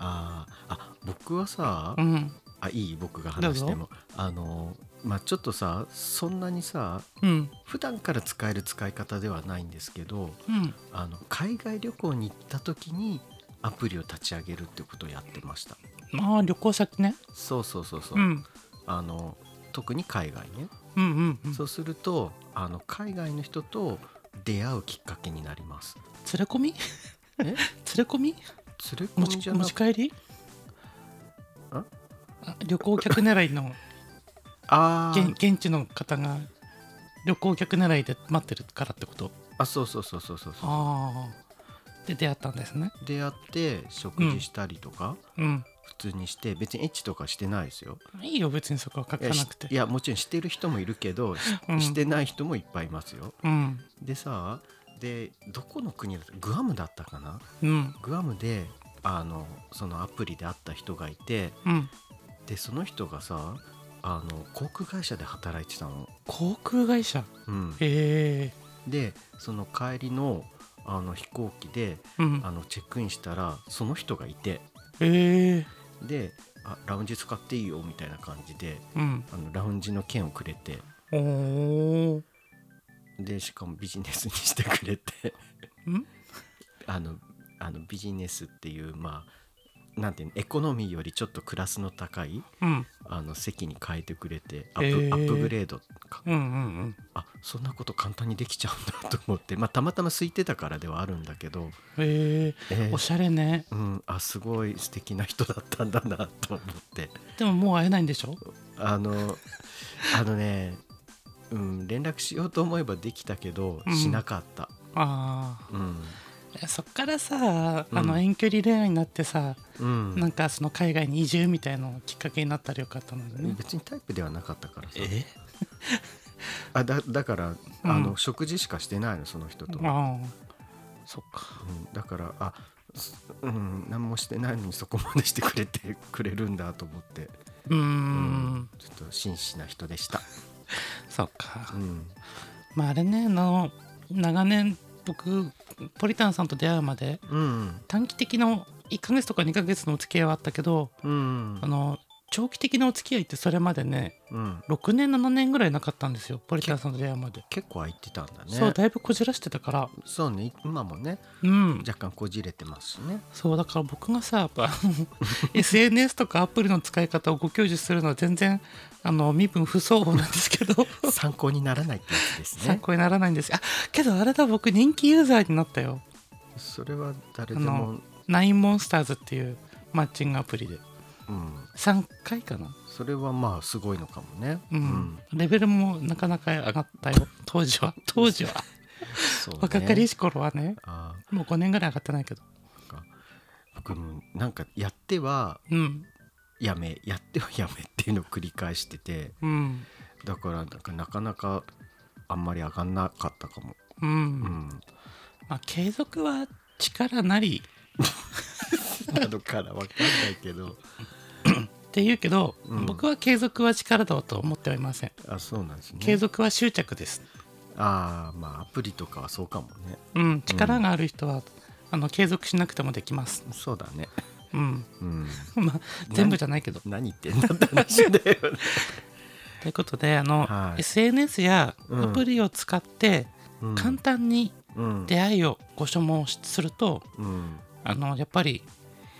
Speaker 2: あーあ僕はさ、
Speaker 1: うん、
Speaker 2: あいい僕が話して
Speaker 1: ど
Speaker 2: もあのまあちょっとさそんなにさ
Speaker 1: うん、
Speaker 2: 普段から使える使い方ではないんですけど
Speaker 1: うん、
Speaker 2: あの海外旅行に行った時にアプリを立ち上げるってことをやってました
Speaker 1: まあ旅行先ね。
Speaker 2: そうそうそうそう、
Speaker 1: うん、
Speaker 2: あの特に海外ね、
Speaker 1: うん、うん、うん。
Speaker 2: そうするとあの海外の人と出会うきっかけになります
Speaker 1: 連れ込み？
Speaker 2: え
Speaker 1: 連れ込み？
Speaker 2: 連れ
Speaker 1: 持
Speaker 2: 込みじ
Speaker 1: ち
Speaker 2: ゃな
Speaker 1: 持
Speaker 2: く
Speaker 1: ち帰り？
Speaker 2: あ
Speaker 1: あ旅行客狙いの
Speaker 2: あ
Speaker 1: 現
Speaker 2: ー
Speaker 1: 現地の方が旅行客狙いで待ってるからってこと。
Speaker 2: あそうそうそうそうそうそう
Speaker 1: ああ。で出会ったんですね。
Speaker 2: 出会って食事したりとか、
Speaker 1: うん。
Speaker 2: 普通にして別にエッチとかしてないですよ
Speaker 1: いいよ別にそこは書
Speaker 2: い
Speaker 1: か
Speaker 2: や
Speaker 1: な
Speaker 2: し
Speaker 1: くて。
Speaker 2: いやもちろんしてる人もいるけど、し
Speaker 1: うん
Speaker 2: してない人もいっぱいいますよ
Speaker 1: うん。
Speaker 2: でさでどこの国だったグアムだったかな
Speaker 1: うん。
Speaker 2: グアムであのそのアプリで会った人がいて
Speaker 1: うん。
Speaker 2: でその人がさあの航空会社で働いてたの、
Speaker 1: 航空会社。
Speaker 2: うん、
Speaker 1: へえ。
Speaker 2: でその帰りのあの飛行機で
Speaker 1: うん
Speaker 2: あ。のチェックインしたらその人がいて
Speaker 1: へえ。
Speaker 2: であラウンジ使っていいよみたいな感じで
Speaker 1: うん。
Speaker 2: あのラウンジの券をくれて
Speaker 1: おお。
Speaker 2: でしかもビジネスにしてくれて
Speaker 1: ん？
Speaker 2: あのあのビジネスっていうまあなんていうのエコノミーよりちょっとクラスの高い
Speaker 1: うん。
Speaker 2: あの席に変えてくれてアップ,、
Speaker 1: へー
Speaker 2: アップグレードか
Speaker 1: うんうん
Speaker 2: あそんなこと簡単にできちゃうんだと思って、まあ、たまたま空いてたからではあるんだけど、
Speaker 1: うん。へえ。
Speaker 2: えー
Speaker 1: おしゃれね。
Speaker 2: うん、あすごい素敵な人だったんだなと思って
Speaker 1: でももう会えないんでしょ？
Speaker 2: あのあのね、うん、連絡しようと思えばできたけど
Speaker 1: うん
Speaker 2: しなかった。
Speaker 1: ああ。
Speaker 2: うん
Speaker 1: えそっからさ
Speaker 2: うん
Speaker 1: あの遠距離恋愛になってさ、
Speaker 2: うん
Speaker 1: なんかその海外に移住みたいなのきっかけになったらよかったのにね。
Speaker 2: 別にタイプではなかったからさあだだから、
Speaker 1: うん
Speaker 2: あの食事しかしてないのその人と、うん
Speaker 1: ああそっか。
Speaker 2: だからあ、すうん、何もしてないのにそこまでしてくれてくれるんだと思って、
Speaker 1: うーん
Speaker 2: うんちょっと真摯な人でした、
Speaker 1: そっか。
Speaker 2: うん、
Speaker 1: まああれねあの長年僕ポリタンさんと出会うまで
Speaker 2: うん
Speaker 1: 短期的な1ヶ月とか2ヶ月のお付き合いはあったけど、
Speaker 2: うん
Speaker 1: あの長期的なお付き合いってそれまでね
Speaker 2: うん
Speaker 1: 6年7年ぐらいなかったんですよポリタンさんと出会うまで。
Speaker 2: 結構空いてたんだね
Speaker 1: そうだいぶこじらしてたから、
Speaker 2: そうね今もね
Speaker 1: うん、
Speaker 2: 若干こじれてますしね
Speaker 1: そうだから僕がさやっぱあの SNS とかアプリの使い方をご教授するのは全然あの身分不相応なんですけど
Speaker 2: 参考にならないってやつです
Speaker 1: 参
Speaker 2: ね
Speaker 1: 考にならないんですあけどあれだ僕人気ユーザーになったよ
Speaker 2: それは誰で
Speaker 1: あ
Speaker 2: も、
Speaker 1: 9モンスターズっていうマッチングアプリで
Speaker 2: うん、
Speaker 1: 3回かな、
Speaker 2: それはまあすごいのかもね
Speaker 1: うんレベルもなかなか上がったよ当時は当時は、
Speaker 2: そうね
Speaker 1: 若かりし頃はね
Speaker 2: あー
Speaker 1: もう5年ぐらい上がってないけど
Speaker 2: か僕もなんかやっては
Speaker 1: うん
Speaker 2: やめやって はやめっていうのを繰り返してて
Speaker 1: うん
Speaker 2: だからなんかなかなかあんまり上がんなかったかも、
Speaker 1: うん、
Speaker 2: うん、
Speaker 1: まあ継続は力なり
Speaker 2: なのから分かんないけど
Speaker 1: って言うけど、
Speaker 2: うん
Speaker 1: 僕は継続は力だと思ってはいません
Speaker 2: あそうなんですね
Speaker 1: 継続は執着です、
Speaker 2: ああまあアプリとかはそうかもね
Speaker 1: うん、力がある人は、あの継続しなくてもできます、
Speaker 2: そうだね
Speaker 1: うん、
Speaker 2: うん
Speaker 1: まあ全部じゃないけど
Speaker 2: 何言ってんだって話だよね
Speaker 1: ということであの、
Speaker 2: はい
Speaker 1: SNS や
Speaker 2: うん
Speaker 1: アプリを使って
Speaker 2: うん
Speaker 1: 簡単に
Speaker 2: うん
Speaker 1: 出会いをご所望すると、
Speaker 2: うん
Speaker 1: あのやっぱり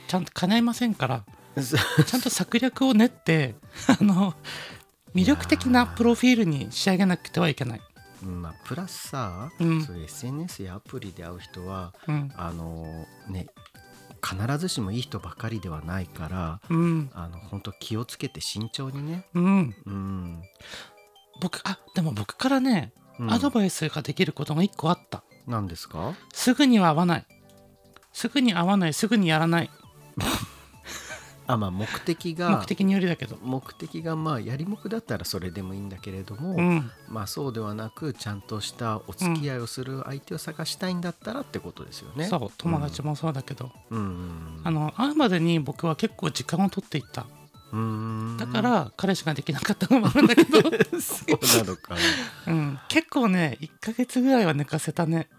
Speaker 1: ちゃんと叶いません から
Speaker 2: そう
Speaker 1: ちゃんと策略を練って あの魅力的なプロフィールに仕上げなくてはいけない。
Speaker 2: うんまあプラスさ、
Speaker 1: うん
Speaker 2: そういう SNS やアプリで会う人は
Speaker 1: うん
Speaker 2: あのね必ずしもいい人ばかりではないから
Speaker 1: うん
Speaker 2: あの本当気をつけて慎重にね、
Speaker 1: うん、
Speaker 2: うん
Speaker 1: 僕あでも僕からね
Speaker 2: うん、
Speaker 1: アドバイスができることが1個あった
Speaker 2: なんですか
Speaker 1: すぐには合わないすぐに合わないすぐにやらない
Speaker 2: あまあ目的が
Speaker 1: 目的によりだけど
Speaker 2: 目的がまあやりもくだったらそれでもいいんだけれども、
Speaker 1: うん
Speaker 2: まあそうではなくちゃんとしたお付き合いをする相手を探したいんだったらってことですよね。
Speaker 1: そう友達もそうだけど、
Speaker 2: うんうん
Speaker 1: あの会うまでに僕は結構時間を取っていった
Speaker 2: うん
Speaker 1: だから彼氏ができなかったのもあるんだけど、
Speaker 2: そうなのかな。
Speaker 1: うん、結構ね1ヶ月ぐらいは寝かせたね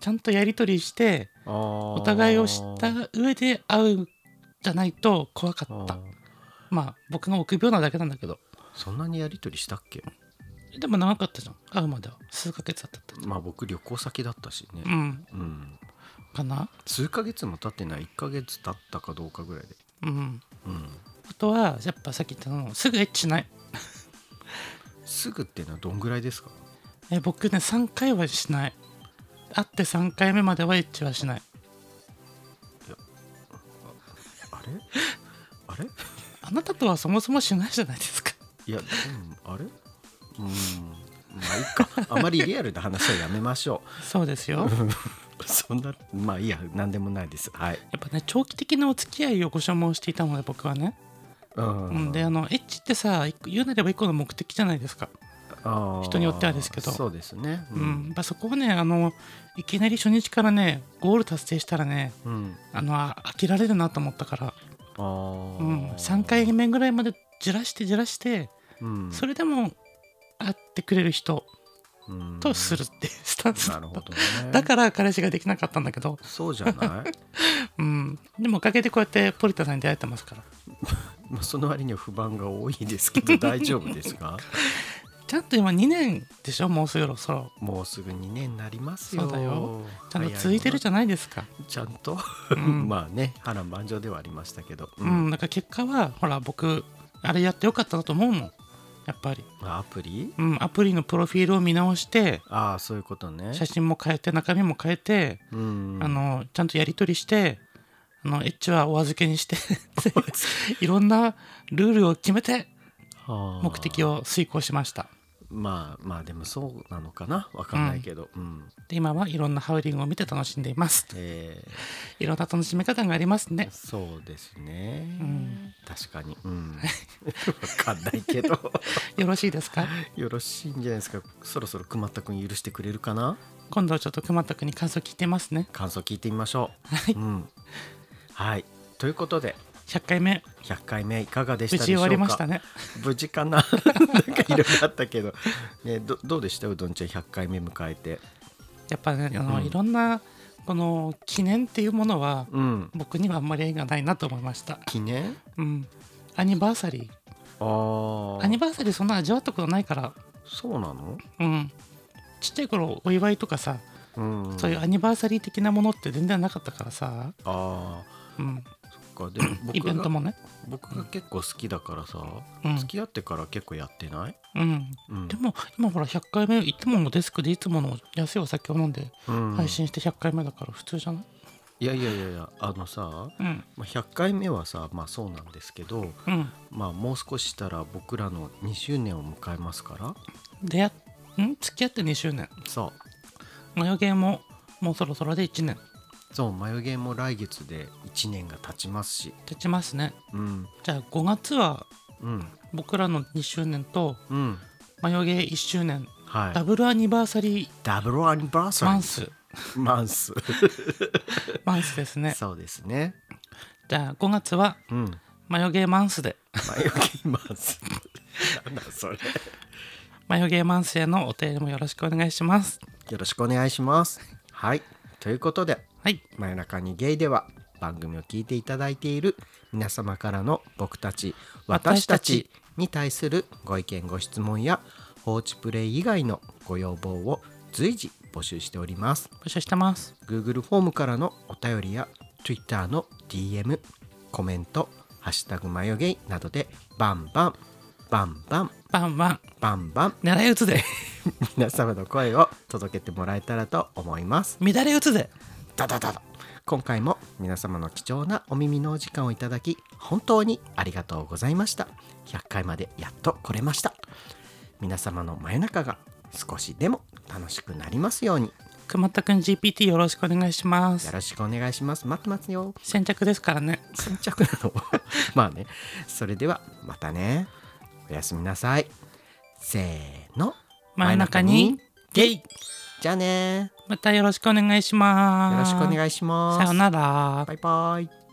Speaker 1: ちゃんとやり取りして
Speaker 2: お
Speaker 1: お互いを知った上で会うじゃないと怖かったまあ僕が臆病なだけなんだけど
Speaker 2: そんなにやり取りしたっけ
Speaker 1: でも長かったじゃん会うまでは数ヶ月だったって
Speaker 2: まあ僕旅行先だったし
Speaker 1: う
Speaker 2: ね、
Speaker 1: ん
Speaker 2: うん、
Speaker 1: かな
Speaker 2: 数ヶ月も経ってない1ヶ月経ったかどうかぐらいで、
Speaker 1: うん
Speaker 2: うん、
Speaker 1: あとはやっぱさっき言ったのすぐエッチしない
Speaker 2: すぐっていうのはどんぐらいですか
Speaker 1: え僕ね3回はしない会って3回目まではエッチはしない
Speaker 2: あれあれ
Speaker 1: あなたとはそもそもしないじゃない ですか
Speaker 2: いや、うん、あれうんまあいい かあまりリアルな話はやめましょ
Speaker 1: そうですよ
Speaker 2: うそんなまあいいや何でもないですはい、
Speaker 1: やっぱね長期的なお付き合いをご所望していたので僕はね、
Speaker 2: うん
Speaker 1: うん、であのエッチってさ一個言うなれば一個の目的じゃないですか、
Speaker 2: あー
Speaker 1: 人によってはですけど
Speaker 2: そうですね
Speaker 1: うんまあ、そこをねあのいきなり初日からねゴール達成したらね
Speaker 2: うん、うん
Speaker 1: あのあ飽きられるなと思ったから、
Speaker 2: あー
Speaker 1: うん、3回目ぐらいまでじらしてじらして
Speaker 2: うん
Speaker 1: それでも会ってくれる人
Speaker 2: うん
Speaker 1: とするっていうスタンスだ
Speaker 2: な
Speaker 1: っ
Speaker 2: る
Speaker 1: た
Speaker 2: ほどね
Speaker 1: だから彼氏ができなかったんだけど、
Speaker 2: そ うじゃない
Speaker 1: うん、でもおかげでこうやってポリタさんに出会えてますから
Speaker 2: まあ、その割には不満が多いですけど大丈夫で すか
Speaker 1: ちゃんと今2年でしょもうそろそろ
Speaker 2: もうすぐ2年になりますよ
Speaker 1: そうだよちゃんと
Speaker 2: 早
Speaker 1: 続いてるじ
Speaker 2: ゃ
Speaker 1: ゃないですか
Speaker 2: んちゃんと、
Speaker 1: ん
Speaker 2: まあね波乱万丈ではありましたけど、
Speaker 1: うん、だから結果はほら僕あれやってよかったなと思うもんやっぱり、
Speaker 2: アプリ
Speaker 1: うん、アプリのプロフィールを見直して
Speaker 2: ああそういうことね
Speaker 1: 写真も変えて中身も変えて、
Speaker 2: うん
Speaker 1: あのちゃんとやり取りしてあのエッチはお預けにして いろんなルールを決めて
Speaker 2: はあ
Speaker 1: 目的を遂行しました
Speaker 2: まあまあでもそうなのかなわかんないけど、うん
Speaker 1: で今はいろんなハウリングを見て楽しんでいます
Speaker 2: え
Speaker 1: いろんな楽しみ方があります
Speaker 2: ー
Speaker 1: ね
Speaker 2: そうですね、
Speaker 1: ん
Speaker 2: 確かに、うん、 わかんない けど
Speaker 1: よろしいですか
Speaker 2: よろしいんじゃないですかそろそろ熊田君許してくれるかな
Speaker 1: 今度はちょっと熊田君に感想聞いてますね
Speaker 2: 感想聞いてみましょう。
Speaker 1: はい
Speaker 2: うん、はいということで
Speaker 1: 100回目
Speaker 2: 100回目いかがでした
Speaker 1: 無事
Speaker 2: でし
Speaker 1: 終
Speaker 2: ょうか
Speaker 1: わりましたね
Speaker 2: 無事かな なんかいろいろあったけど、ね、どどうでしたうどんちゃん100回目迎えて。
Speaker 1: やっぱねあの、
Speaker 2: うん
Speaker 1: いろんなこの記念っていうものは
Speaker 2: うん、
Speaker 1: 僕にはあんまり縁がないなと思いました、
Speaker 2: 記念
Speaker 1: うん、アニバーサリー
Speaker 2: あー
Speaker 1: アニバーサリーそんな味わったことないから
Speaker 2: そうなの、
Speaker 1: うんちっちゃい頃お祝いとかさ、
Speaker 2: うん、
Speaker 1: そういうアニバーサリー的なものって全然なかったからさ、
Speaker 2: あ
Speaker 1: うん、
Speaker 2: ーそっかでも僕が
Speaker 1: イベントもね
Speaker 2: 僕が結構好きだからさ、
Speaker 1: うん
Speaker 2: 付き合ってから結構やってない、
Speaker 1: うん、
Speaker 2: うん
Speaker 1: でも今ほら100回目いつものデスクでいつもの安いお酒を飲んで
Speaker 2: うん
Speaker 1: 配信して100回目だから普通じゃない、
Speaker 2: いやいやいやいやあのさ、
Speaker 1: うん
Speaker 2: まあ、100回目はさまあそうなんですけど、
Speaker 1: うん、
Speaker 2: まあもう少ししたら僕らの2周年を迎えますから
Speaker 1: 出会っん付き合って2周年
Speaker 2: そ
Speaker 1: マヨゲーももうそろそろで1年
Speaker 2: うそう眉毛も来月で1年が経ちますし
Speaker 1: 経ちますね
Speaker 2: うん
Speaker 1: じゃあ5月は
Speaker 2: うん
Speaker 1: 僕らの2周年と
Speaker 2: うん
Speaker 1: マヨゲー1周年
Speaker 2: はい
Speaker 1: ダブルアニバーサリ
Speaker 2: ダブルアニバー
Speaker 1: ー
Speaker 2: サリー
Speaker 1: マンス
Speaker 2: マンス
Speaker 1: マンスですね
Speaker 2: そうですね
Speaker 1: じゃあ5月は
Speaker 2: うん
Speaker 1: マヨゲーマンスで
Speaker 2: 眉毛マンスなんだそれ
Speaker 1: マヨゲーマンスへのお手入れもよろしくお願いします
Speaker 2: よろしくお願いしますはいということで
Speaker 1: はい
Speaker 2: 真夜中にゲイでは番組を聞いていただいている皆様からの僕たち私
Speaker 1: 私
Speaker 2: た
Speaker 1: た
Speaker 2: ち
Speaker 1: ち
Speaker 2: に対するご意見ご質問や放置プレイ以外のご要望を随時募集しております
Speaker 1: 募集してます
Speaker 2: Google フォームからのお便りや Twitter の DM コメント「ハッシュタグマヨゲイ」などでバンバンバンバン
Speaker 1: バンバン
Speaker 2: バンバン
Speaker 1: 狙い撃つで
Speaker 2: 皆様の声を届けてもらえたらと思います
Speaker 1: 乱れ撃つで
Speaker 2: ダダダダ今回も皆様の貴重なお耳のお時間をいただき本当にありがとうございました100回までやっと来れました皆様の真夜中が少しでも楽しくなりますように
Speaker 1: くまたくん GPT よろしくお願いしま
Speaker 2: よ
Speaker 1: す
Speaker 2: ろしくお願いします待ってますよ
Speaker 1: 先着ですからね
Speaker 2: 先着なの まあねそれではまたねおやすみなさいせーの
Speaker 1: 真夜中に
Speaker 2: ゲイじゃあね
Speaker 1: またよろしくお願いしま
Speaker 2: よろ
Speaker 1: す
Speaker 2: しくお願いします
Speaker 1: さよなら
Speaker 2: バイバイ